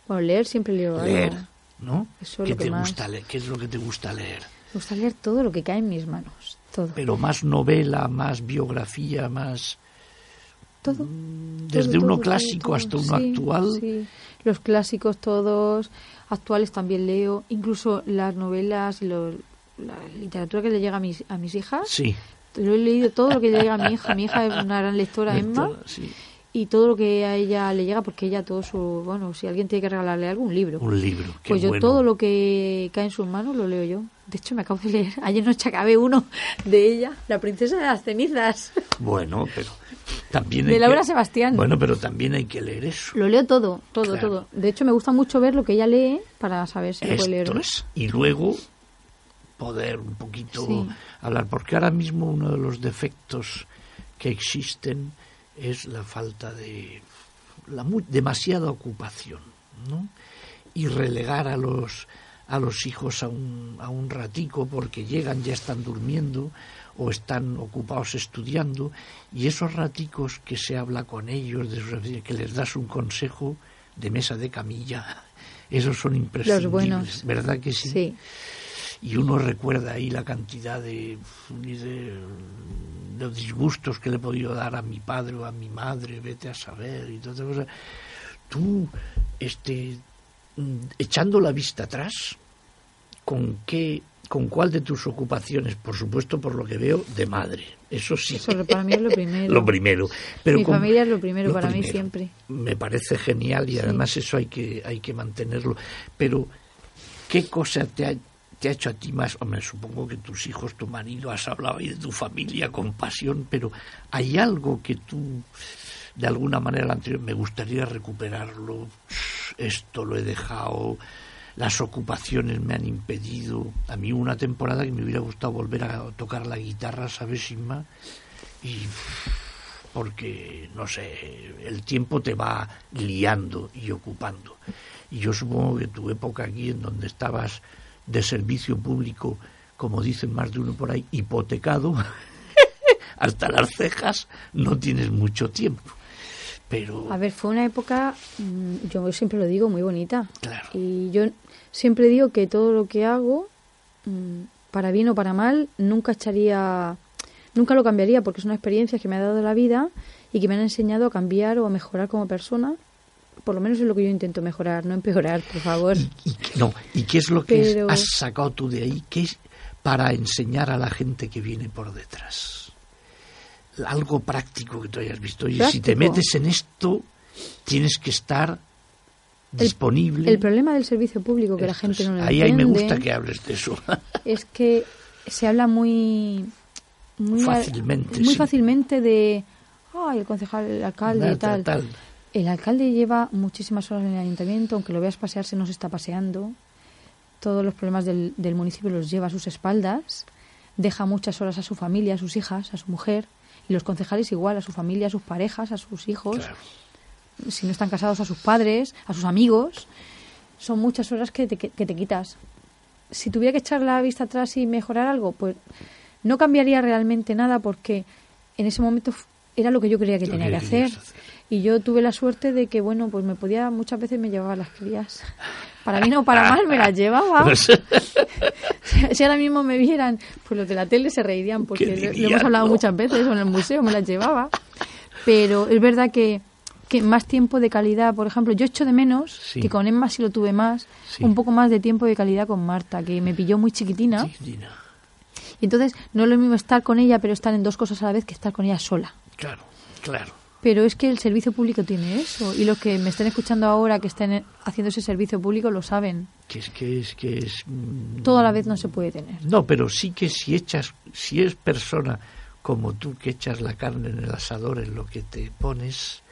Speaker 3: Bueno, leer siempre leo algo.
Speaker 2: Leer, ¿no?
Speaker 3: Eso es
Speaker 2: ¿Qué
Speaker 3: lo que
Speaker 2: te
Speaker 3: más.
Speaker 2: gusta leer? ¿Qué es lo que te gusta leer?
Speaker 3: Me gusta leer todo lo que cae en mis manos. Todo.
Speaker 2: Pero más novela, más biografía, más...
Speaker 3: todo.
Speaker 2: Desde
Speaker 3: todo,
Speaker 2: uno
Speaker 3: todo,
Speaker 2: clásico
Speaker 3: todo,
Speaker 2: hasta
Speaker 3: todo.
Speaker 2: uno
Speaker 3: Sí,
Speaker 2: actual.
Speaker 3: sí. Los clásicos todos, actuales también leo, incluso las novelas, lo- la literatura que le llega a mis, a mis hijas.
Speaker 2: Sí.
Speaker 3: Lo he leído todo lo que le llega a mi hija. Mi hija es una gran lectora,
Speaker 2: de
Speaker 3: Emma.
Speaker 2: todo, sí.
Speaker 3: Y todo lo que a ella le llega, porque ella todo su... Bueno, si alguien tiene que regalarle algún libro.
Speaker 2: Un libro. qué
Speaker 3: Pues yo
Speaker 2: bueno.
Speaker 3: todo lo que cae en sus manos lo leo yo. De hecho, me acabo de leer. Ayer noche acabé uno de ella, La princesa de las cenizas.
Speaker 2: Bueno, pero también
Speaker 3: De
Speaker 2: hay
Speaker 3: Laura
Speaker 2: que-
Speaker 3: Sebastián.
Speaker 2: Bueno, pero también hay que leer eso.
Speaker 3: Lo leo todo, todo,
Speaker 2: Claro.
Speaker 3: todo. De hecho, me gusta mucho ver lo que ella lee para saber si lo puedo leer. o
Speaker 2: Esto
Speaker 3: no.
Speaker 2: es. Y luego poder un poquito
Speaker 3: Sí.
Speaker 2: hablar, porque ahora mismo uno de los defectos que existen es la falta de la mu- demasiada ocupación, ¿no? Y relegar a los a los hijos a un, a un ratico porque llegan, ya están durmiendo o están ocupados estudiando y esos raticos que se habla con ellos, de sus- que les das un consejo de mesa de camilla, esos son imprescindibles,
Speaker 3: buenos.
Speaker 2: ¿verdad que sí?
Speaker 3: Sí.
Speaker 2: y uno recuerda ahí la cantidad de, de, de disgustos que le he podido dar a mi padre o a mi madre, vete a saber y todas esas cosas. Tú, este, mm, echando la vista atrás, ¿con qué, con cuál de tus ocupaciones? Por supuesto, por lo que veo, de madre. Eso sí.
Speaker 3: Eso lo- para mí es lo primero.
Speaker 2: Lo primero. Pero
Speaker 3: Mi
Speaker 2: con-
Speaker 3: familia es lo primero para mí siempre.
Speaker 2: Me parece genial y además eso hay que, hay que mantenerlo. Pero, ¿qué cosa te ha, te ha hecho a ti más? Hombre, supongo que tus hijos, tu marido, has hablado ahí de tu familia con pasión, pero ¿hay algo que tú, de alguna manera, la anterior, me gustaría recuperarlo? Esto lo he dejado. Las ocupaciones me han impedido. A mí hubo una temporada que me hubiera gustado volver a tocar la guitarra, ¿sabes, Isma? Y porque, no sé, el tiempo te va liando y ocupando. Y yo supongo que tu época aquí, en donde estabas de servicio público, como dicen más de uno por ahí, hipotecado, hasta las cejas, no tienes mucho tiempo. Pero,
Speaker 3: A ver, fue una época, mm, yo siempre lo digo, muy bonita.
Speaker 2: Claro.
Speaker 3: Y yo siempre digo que todo lo que hago, mm, para bien o para mal, nunca echaría, nunca lo cambiaría, porque es una experiencia que me ha dado la vida y que me han enseñado a cambiar o a mejorar como persona. Por lo menos es lo que yo intento mejorar, no empeorar, por favor.
Speaker 2: ¿y qué- no, ¿y qué es lo que es-
Speaker 3: Pero-
Speaker 2: has sacado tú de ahí? ¿Qué es para enseñar a la gente que viene por detrás? Algo práctico que tú hayas visto. Oye, si te
Speaker 3: Práctico.
Speaker 2: metes en esto, tienes que estar disponible.
Speaker 3: El problema del servicio público que la
Speaker 2: Esto
Speaker 3: gente
Speaker 2: es.
Speaker 3: no lo
Speaker 2: ahí, ahí
Speaker 3: entiende
Speaker 2: me gusta que hables de eso.
Speaker 3: es que se habla muy muy
Speaker 2: Fácilmente,
Speaker 3: muy
Speaker 2: sí.
Speaker 3: fácilmente de ay el concejal, el alcalde,
Speaker 2: Tal,
Speaker 3: tal,
Speaker 2: tal, tal.
Speaker 3: El alcalde lleva muchísimas horas en el ayuntamiento, aunque lo veas pasearse no se está paseando. Todos los problemas del, del municipio los lleva a sus espaldas. Deja muchas horas a su familia, a sus hijas, a su mujer. Y los concejales igual, a su familia, a sus parejas, a sus hijos
Speaker 2: Claro.
Speaker 3: si no están casados, a sus padres, a sus amigos. Son muchas horas que te, que- que te quitas. Si tuviera que echar la vista atrás y mejorar algo, pues no cambiaría realmente nada porque en ese momento f- era lo que yo creía que
Speaker 2: Lo
Speaker 3: tenía
Speaker 2: que
Speaker 3: que hacer.
Speaker 2: querías hacer.
Speaker 3: Y yo tuve la suerte de que, bueno, pues me podía, muchas veces me llevaba las crías. Para bien o para mal me las llevaba. Si ahora mismo me vieran, pues los de la tele se reirían porque
Speaker 2: ¿Qué
Speaker 3: lo- lo
Speaker 2: dirían,
Speaker 3: hemos hablado
Speaker 2: no?
Speaker 3: muchas veces o en el museo, me las llevaba. Pero es verdad que, que más tiempo de calidad, por ejemplo, yo echo de menos,
Speaker 2: Sí.
Speaker 3: que con Emma sí lo tuve más,
Speaker 2: Sí.
Speaker 3: un poco más de tiempo de calidad con Marta, que me pilló muy chiquitina.
Speaker 2: Sí, Dina,
Speaker 3: Y entonces no es lo mismo estar con ella, pero estar en dos cosas a la vez que estar con ella sola.
Speaker 2: Claro, claro.
Speaker 3: Pero es que el servicio público tiene eso. Y los que me estén escuchando ahora, que estén haciendo ese servicio público, lo saben.
Speaker 2: Que es que es que es. mm,
Speaker 3: Todo a la vez no se puede tener.
Speaker 2: No, pero sí que si echas, si es persona como tú que echas la carne en el asador, en lo que te pones,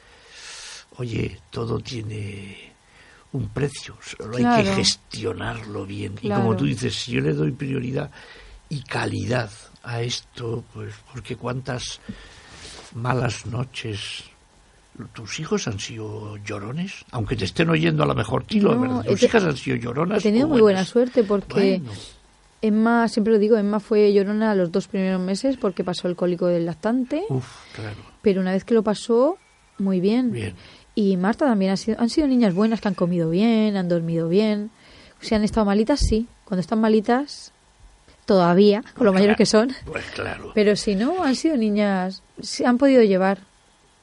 Speaker 2: oye, todo tiene un precio, solo hay que
Speaker 3: Claro.
Speaker 2: gestionarlo bien. Y como
Speaker 3: Claro.
Speaker 2: tú dices, si yo le doy prioridad y calidad a esto, pues porque cuántas malas noches. ¿Tus hijos han sido llorones? Aunque te estén oyendo a lo mejor, tilo,
Speaker 3: No,
Speaker 2: ¿verdad?
Speaker 3: he
Speaker 2: ¿Tus
Speaker 3: te-
Speaker 2: hijas han sido lloronas?
Speaker 3: He tenido
Speaker 2: o
Speaker 3: muy buena
Speaker 2: buenas?
Speaker 3: suerte porque
Speaker 2: Bueno.
Speaker 3: Emma, siempre lo digo, Emma fue llorona los dos primeros meses porque pasó el cólico del lactante,
Speaker 2: Uf, claro.
Speaker 3: pero una vez que lo pasó, muy bien.
Speaker 2: Bien.
Speaker 3: Y Marta también ha sido, han sido niñas buenas que han comido bien, han dormido bien. Si han estado malitas, sí. Cuando están malitas, todavía, con lo mayores que son.
Speaker 2: Pues claro.
Speaker 3: Pero si no, han sido niñas, se han podido llevar,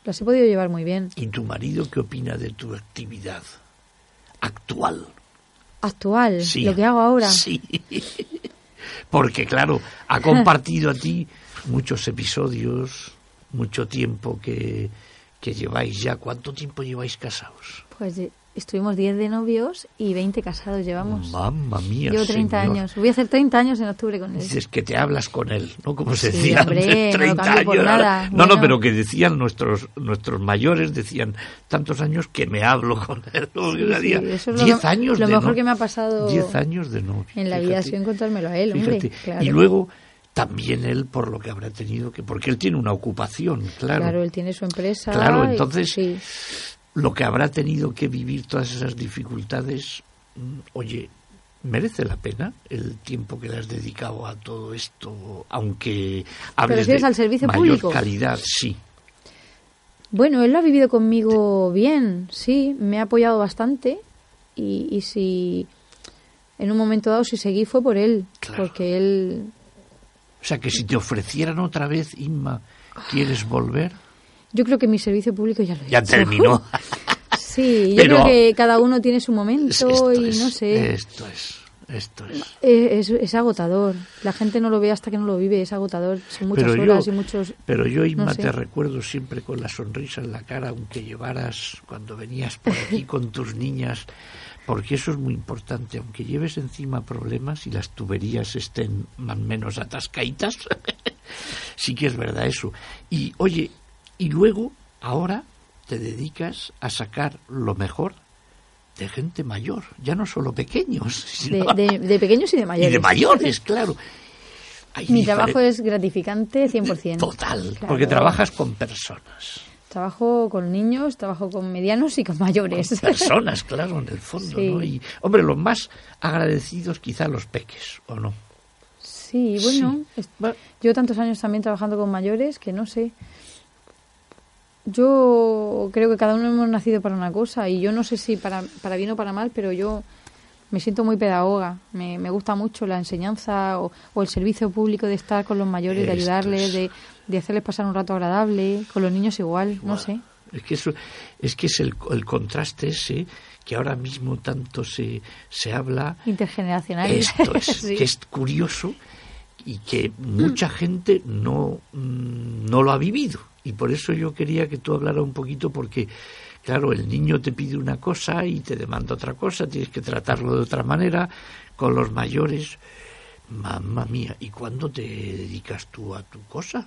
Speaker 3: las he podido llevar muy bien.
Speaker 2: ¿Y tu marido qué opina de tu actividad actual?
Speaker 3: Actual,
Speaker 2: Sí.
Speaker 3: Eh, lo que hago ahora.
Speaker 2: Sí. porque claro, ha compartido a ti muchos episodios, mucho tiempo que, que lleváis ya. ¿Cuánto tiempo lleváis casados?
Speaker 3: Pues eh, estuvimos 10 de novios y 20 casados llevamos.
Speaker 2: Mamma mía.
Speaker 3: Llevo 30
Speaker 2: señor.
Speaker 3: años. Voy a hacer 30 años en octubre con él.
Speaker 2: Dices que te hablas con él, ¿no? Como se
Speaker 3: Sí,
Speaker 2: decía
Speaker 3: hombre,
Speaker 2: antes,
Speaker 3: no lo
Speaker 2: 30
Speaker 3: cambio por
Speaker 2: años.
Speaker 3: nada.
Speaker 2: No, no,
Speaker 3: Bueno.
Speaker 2: pero que decían nuestros nuestros mayores, decían tantos años que me hablo con él.
Speaker 3: Sí, sí, eso es lo
Speaker 2: 10
Speaker 3: que-
Speaker 2: años
Speaker 3: lo
Speaker 2: de
Speaker 3: mejor
Speaker 2: no-
Speaker 3: que me ha pasado
Speaker 2: 10 años de novio.
Speaker 3: en la vida ha sido encontrármelo a él, hombre.
Speaker 2: Fíjate.
Speaker 3: Claro.
Speaker 2: Y luego también él por lo que habrá tenido que porque él tiene una ocupación, claro.
Speaker 3: Claro. él tiene su empresa.
Speaker 2: Claro,
Speaker 3: y-
Speaker 2: entonces-
Speaker 3: sí.
Speaker 2: Lo que habrá tenido que vivir todas esas dificultades, mm, oye, merece la pena el tiempo que le has dedicado a todo esto, aunque hables
Speaker 3: refieres
Speaker 2: de
Speaker 3: al servicio
Speaker 2: mayor
Speaker 3: público?
Speaker 2: calidad, sí.
Speaker 3: Bueno, él lo ha vivido conmigo bien, sí, me ha apoyado bastante y, y si en un momento dado si seguí fue por él,
Speaker 2: Claro.
Speaker 3: porque él
Speaker 2: O sea, que si te ofrecieran otra vez, Inma, ¿quieres volver?
Speaker 3: yo creo que mi servicio público ya lo he
Speaker 2: Ya
Speaker 3: hecho.
Speaker 2: terminó.
Speaker 3: Sí, yo
Speaker 2: Pero-
Speaker 3: creo que cada uno tiene su
Speaker 2: Es-
Speaker 3: momento
Speaker 2: esto
Speaker 3: y
Speaker 2: es,
Speaker 3: no sé.
Speaker 2: Esto es, esto es.
Speaker 3: Eh, Es, es agotador. La gente no lo ve hasta que no lo vive. Es agotador. Son muchas
Speaker 2: Pero
Speaker 3: horas
Speaker 2: yo-
Speaker 3: y muchos.
Speaker 2: Pero yo, Inma,
Speaker 3: sé.
Speaker 2: te recuerdo siempre con la sonrisa en la cara, aunque llevaras cuando venías por aquí con tus niñas, porque eso es muy importante, aunque lleves encima problemas y las tuberías estén más o menos atascaditas, sí que es verdad eso. Y oye, y luego, ahora te dedicas a sacar lo mejor de gente mayor, ya no solo pequeños,
Speaker 3: De,
Speaker 2: sino
Speaker 3: de- de pequeños y de
Speaker 2: y
Speaker 3: mayores.
Speaker 2: de mayores, claro. Hay
Speaker 3: Mi
Speaker 2: diferen-
Speaker 3: trabajo es gratificante 100%.
Speaker 2: Total,
Speaker 3: Claro.
Speaker 2: porque trabajas con personas.
Speaker 3: Trabajo con niños, trabajo con medianos y con mayores.
Speaker 2: Personas, claro, en el fondo,
Speaker 3: Sí.
Speaker 2: ¿no? Y, hombre, los más agradecidos quizá los peques, ¿o no?
Speaker 3: Sí, bueno, es-
Speaker 2: Bueno,
Speaker 3: yo tantos años también trabajando con mayores que no sé. Yo creo que cada uno hemos nacido para una cosa y yo no sé si para, para bien o para mal, pero yo me siento muy pedagoga. Me, me gusta mucho la enseñanza o, o el servicio público de estar con los mayores,
Speaker 2: Esto
Speaker 3: de ayudarles,
Speaker 2: es.
Speaker 3: de, de hacerles pasar un rato agradable. Con los niños igual, no sé.
Speaker 2: Es que, eso, es, que es el, el contraste ese que ahora mismo tanto se, se habla.
Speaker 3: Intergeneracional.
Speaker 2: Esto es,
Speaker 3: Sí.
Speaker 2: que es curioso y que mucha gente no, mm, no lo ha vivido. Y por eso yo quería que tú hablara un poquito porque, claro, el niño te pide una cosa y te demanda otra cosa, tienes que tratarlo de otra manera. Con los mayores, mamma mía, ¿y cuándo te dedicas tú a tu cosa?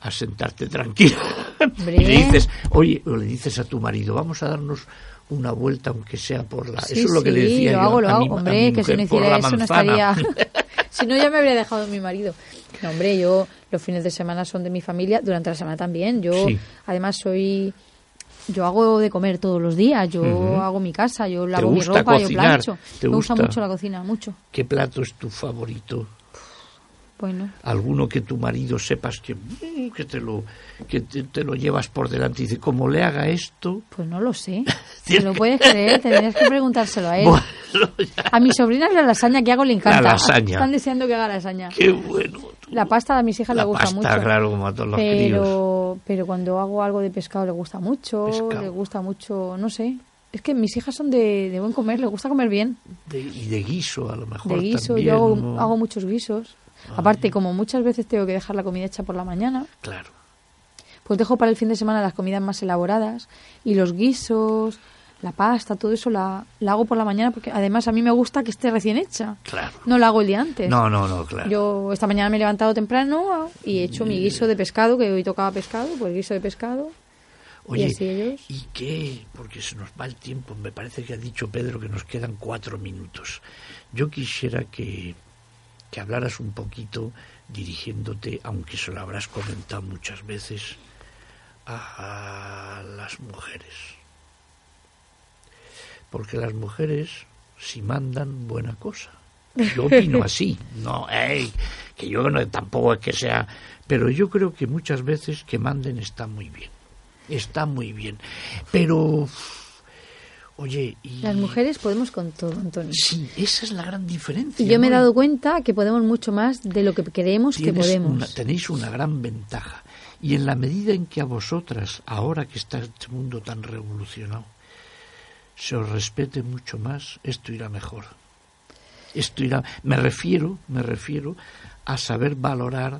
Speaker 2: A sentarte tranquilo. y le
Speaker 3: Hombre.
Speaker 2: dices, oye, o le dices a tu marido, vamos a darnos una vuelta aunque sea por la...
Speaker 3: Sí,
Speaker 2: eso es lo que le
Speaker 3: sí,
Speaker 2: decía
Speaker 3: lo
Speaker 2: yo
Speaker 3: hago,
Speaker 2: a
Speaker 3: lo
Speaker 2: mi-
Speaker 3: hago.
Speaker 2: a mi
Speaker 3: Hombre, que si
Speaker 2: mujer
Speaker 3: no
Speaker 2: por la
Speaker 3: hiciera eso no
Speaker 2: manzana.
Speaker 3: estaría... si no, ya me habría dejado mi marido. No, hombre, yo los fines de semana son de mi familia, durante la semana también. Yo,
Speaker 2: Sí.
Speaker 3: además, soy... Yo hago de comer todos los días, yo hago mi casa, yo lavo mi
Speaker 2: gusta
Speaker 3: ropa, yo
Speaker 2: cocinar?
Speaker 3: plancho.
Speaker 2: ¿Te
Speaker 3: me gusta?
Speaker 2: gusta?
Speaker 3: mucho la cocina, mucho.
Speaker 2: ¿Qué plato es tu favorito?
Speaker 3: Bueno,
Speaker 2: Alguno que tu marido sepas que, mm, que te lo que te, te lo llevas por delante y dice, como le haga esto,
Speaker 3: pues no lo sé.
Speaker 2: Tienes
Speaker 3: ¿Te lo
Speaker 2: que-
Speaker 3: puedes creer? Tendrías que preguntárselo a él.
Speaker 2: bueno,
Speaker 3: A mi sobrina la lasaña que hago le encanta.
Speaker 2: lasaña.
Speaker 3: Están deseando que haga lasaña.
Speaker 2: qué bueno. tú.
Speaker 3: La pasta a mis hijas
Speaker 2: La
Speaker 3: le gusta
Speaker 2: pasta,
Speaker 3: mucho.
Speaker 2: claro, como a todos los críos.
Speaker 3: pero, pero cuando hago algo de pescado le gusta mucho,
Speaker 2: Pescado.
Speaker 3: le gusta mucho, no sé. Es que mis hijas son de, de buen comer, les gusta comer bien.
Speaker 2: De- y de guiso, a lo mejor.
Speaker 3: De guiso,
Speaker 2: también,
Speaker 3: yo hago,
Speaker 2: ¿no? Ah,
Speaker 3: hago muchos guisos. Aparte, como muchas veces tengo que dejar la comida hecha por la mañana,
Speaker 2: Claro.
Speaker 3: pues dejo para el fin de semana las comidas más elaboradas y los guisos, la pasta, todo eso la, la hago por la mañana porque además a mí me gusta que esté recién hecha.
Speaker 2: Claro.
Speaker 3: No la hago el día antes.
Speaker 2: No, no, no, claro. Mm.
Speaker 3: Yo esta mañana me he levantado temprano y he hecho mi guiso de pescado, que hoy tocaba pescado, pues guiso de pescado.
Speaker 2: Oye,
Speaker 3: así ellos?
Speaker 2: ¿y qué? Porque se nos va el tiempo. Me parece que ha dicho Pedro que nos quedan cuatro minutos. Yo quisiera que, que hablaras un poquito dirigiéndote, aunque se lo habrás comentado muchas veces, a, a las mujeres. Porque las mujeres, si mandan, buena cosa. Yo opino así. No, ey, que yo no, tampoco es que sea... Pero yo creo que muchas veces que manden está muy bien. Está muy bien. Pero... Oye, y...
Speaker 3: Las mujeres podemos con todo, Antonio.
Speaker 2: Mm. Sí, esa es la gran diferencia.
Speaker 3: Y yo me he
Speaker 2: ¿no?
Speaker 3: dado cuenta que podemos mucho más de lo que creemos que
Speaker 2: Tienes
Speaker 3: podemos.
Speaker 2: una- tenéis una gran ventaja. Y en la medida en que a vosotras, ahora que está este mundo tan revolucionado, se os respete mucho más, esto irá mejor. esto irá. Me refiero, me refiero a saber valorar.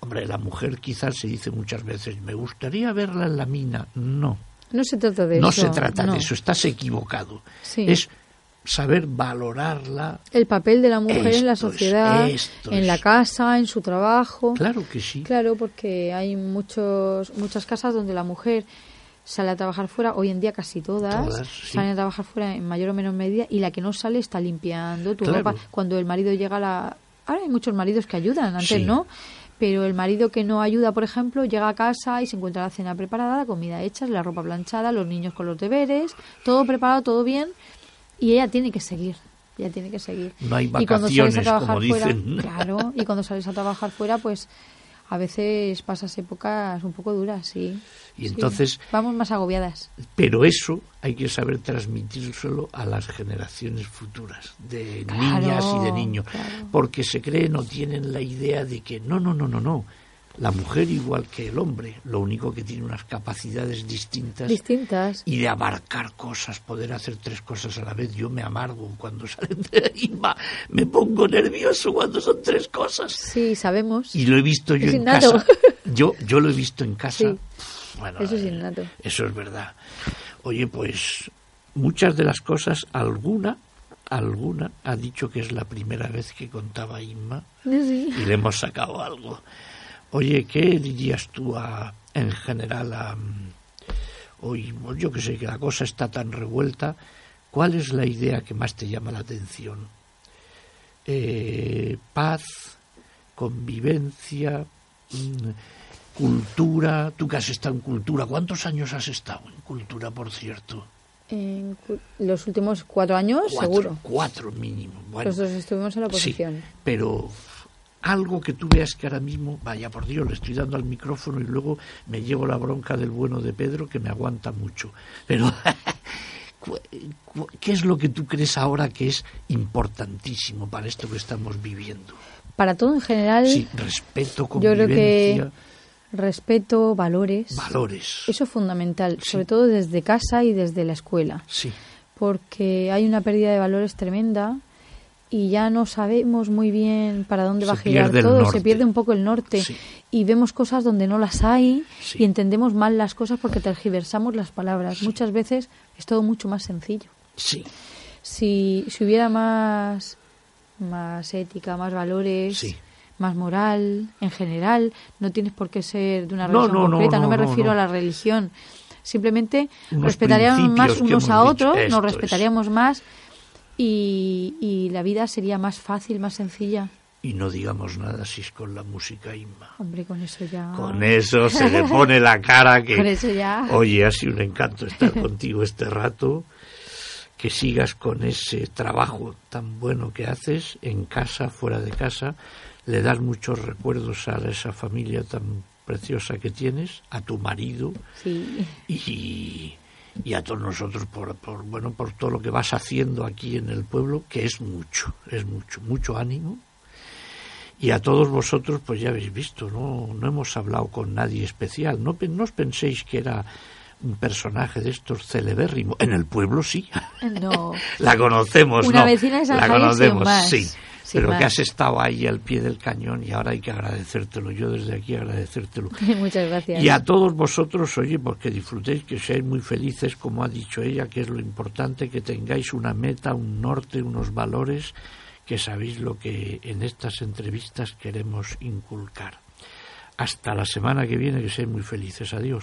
Speaker 2: Hombre, la mujer quizás se dice muchas veces, me gustaría verla en la mina. No.
Speaker 3: No se trata de
Speaker 2: no
Speaker 3: eso.
Speaker 2: se trata
Speaker 3: no.
Speaker 2: de eso, estás equivocado.
Speaker 3: Sí.
Speaker 2: Es saber valorarla.
Speaker 3: El papel de la mujer en la
Speaker 2: Esto es,
Speaker 3: sociedad,
Speaker 2: esto
Speaker 3: en la
Speaker 2: es.
Speaker 3: casa, en su trabajo.
Speaker 2: Claro que sí.
Speaker 3: Claro, porque hay muchos, muchas casas donde la mujer sale a trabajar fuera, hoy en día casi todas,
Speaker 2: Todas, sí.
Speaker 3: salen a trabajar fuera en mayor o menor medida y la que no sale está limpiando tu
Speaker 2: Claro.
Speaker 3: ropa. Cuando el marido llega a la... Ahora hay muchos maridos que ayudan, antes
Speaker 2: Sí.
Speaker 3: no, pero el marido que no ayuda, por ejemplo, llega a casa y se encuentra la cena preparada, la comida hecha, la ropa planchada, los niños con los deberes, todo preparado, todo bien y ella tiene que seguir. Ella tiene que seguir.
Speaker 2: No hay
Speaker 3: Y cuando sales a
Speaker 2: vacaciones,
Speaker 3: trabajar
Speaker 2: como
Speaker 3: fuera,
Speaker 2: dicen.
Speaker 3: Claro, y cuando sales a trabajar fuera, pues a veces pasas épocas un poco duras, sí.
Speaker 2: Y
Speaker 3: Sí.
Speaker 2: entonces-
Speaker 3: Vamos más agobiadas.
Speaker 2: Pero eso hay que saber transmitírselo a las generaciones futuras, de
Speaker 3: Claro,
Speaker 2: niñas y de niños,
Speaker 3: claro.
Speaker 2: porque se creen o tienen la idea de que no, no, no, no, no. La mujer igual que el hombre, lo único que tiene unas capacidades distintas
Speaker 3: Distintas.
Speaker 2: y de abarcar cosas, poder hacer tres cosas a la vez. Yo me amargo cuando salen de la misma, me pongo nervioso cuando son tres cosas.
Speaker 3: Sí, sabemos.
Speaker 2: Y lo he visto yo
Speaker 3: Es
Speaker 2: en
Speaker 3: innato.
Speaker 2: casa. Yo, yo lo he visto en casa.
Speaker 3: Sí.
Speaker 2: Bueno,
Speaker 3: Eso es
Speaker 2: eh,
Speaker 3: innato.
Speaker 2: Eso es verdad. Oye, pues muchas de las cosas, alguna, alguna, ha dicho que es la primera vez que contaba Inma
Speaker 3: Sí.
Speaker 2: y le hemos sacado algo. Oye, ¿qué dirías tú a, en general a... mm, Hoy, pues yo que sé, que la cosa está tan revuelta, ¿cuál es la idea que más te llama la atención? Eh, paz, convivencia, mm, cultura. Tú que has estado en cultura, ¿cuántos años has estado en cultura, por cierto?
Speaker 3: En cu- los últimos cuatro años,
Speaker 2: Cuatro,
Speaker 3: seguro. Pues
Speaker 2: Cuatro mínimo. Bueno,
Speaker 3: Nosotros estuvimos en la oposición.
Speaker 2: Sí, pero algo que tú veas que ahora mismo, vaya por Dios, le estoy dando al micrófono y luego me llevo la bronca del bueno de Pedro que me aguanta mucho. Pero, cu- cu- ¿qué es lo que tú crees ahora que es importantísimo para esto que estamos viviendo?
Speaker 3: Para todo en general,
Speaker 2: Sí, respeto,
Speaker 3: yo creo
Speaker 2: convivencia,
Speaker 3: que respeto, valores.
Speaker 2: valores.
Speaker 3: Eso es fundamental,
Speaker 2: Sí.
Speaker 3: sobre todo desde casa y desde la escuela.
Speaker 2: Sí,
Speaker 3: porque hay una pérdida de valores tremenda y ya no sabemos muy bien para dónde va a
Speaker 2: Se
Speaker 3: girar
Speaker 2: pierde el
Speaker 3: todo,
Speaker 2: norte.
Speaker 3: se pierde un poco el norte
Speaker 2: Sí.
Speaker 3: y vemos cosas donde no las hay
Speaker 2: Sí.
Speaker 3: y entendemos mal las cosas porque tergiversamos las palabras. Muchas veces es todo mucho más sencillo.
Speaker 2: sí,
Speaker 3: Si, si hubiera más, más ética, más valores,
Speaker 2: Sí.
Speaker 3: más moral en general, no tienes por qué ser de una
Speaker 2: No,
Speaker 3: religión
Speaker 2: no, no,
Speaker 3: concreta, no,
Speaker 2: no,
Speaker 3: me
Speaker 2: no, no.
Speaker 3: refiero a la religión. Simplemente
Speaker 2: Unos
Speaker 3: respetaríamos
Speaker 2: principios
Speaker 3: más
Speaker 2: que
Speaker 3: unos
Speaker 2: hemos
Speaker 3: a
Speaker 2: dicho,
Speaker 3: otros,
Speaker 2: esto
Speaker 3: nos
Speaker 2: es.
Speaker 3: respetaríamos más y, y la vida sería más fácil, más sencilla.
Speaker 2: y no digamos nada si es con la música Inma.
Speaker 3: Hombre, con eso ya.
Speaker 2: Con eso se le pone la cara que...
Speaker 3: Con eso ya.
Speaker 2: Oye, ha sido un encanto estar contigo este rato. Que sigas con ese trabajo tan bueno que haces en casa, fuera de casa. Le das muchos recuerdos a esa familia tan preciosa que tienes, a tu marido
Speaker 3: Sí.
Speaker 2: y, y a todos nosotros por, por, bueno, por todo lo que vas haciendo aquí en el pueblo, que es mucho, es mucho, mucho ánimo. Y a todos vosotros, pues ya habéis visto, no, no hemos hablado con nadie especial. No, pe- no os penséis que era un personaje de estos celebérrimo. En el pueblo sí,
Speaker 3: No.
Speaker 2: la conocemos,
Speaker 3: Una
Speaker 2: ¿no?
Speaker 3: vecina de San
Speaker 2: la
Speaker 3: Javier sin
Speaker 2: conocemos,
Speaker 3: más,
Speaker 2: sí.
Speaker 3: sin
Speaker 2: Pero que
Speaker 3: más.
Speaker 2: has estado ahí al pie del cañón y ahora hay que agradecértelo. Yo desde aquí agradecértelo.
Speaker 3: Muchas gracias.
Speaker 2: Y a todos vosotros, oye, pues que disfrutéis, que seáis muy felices, como ha dicho ella, que es lo importante, que tengáis una meta, un norte, unos valores, que sabéis lo que en estas entrevistas queremos inculcar. Hasta la semana que viene, que seáis muy felices. Adiós.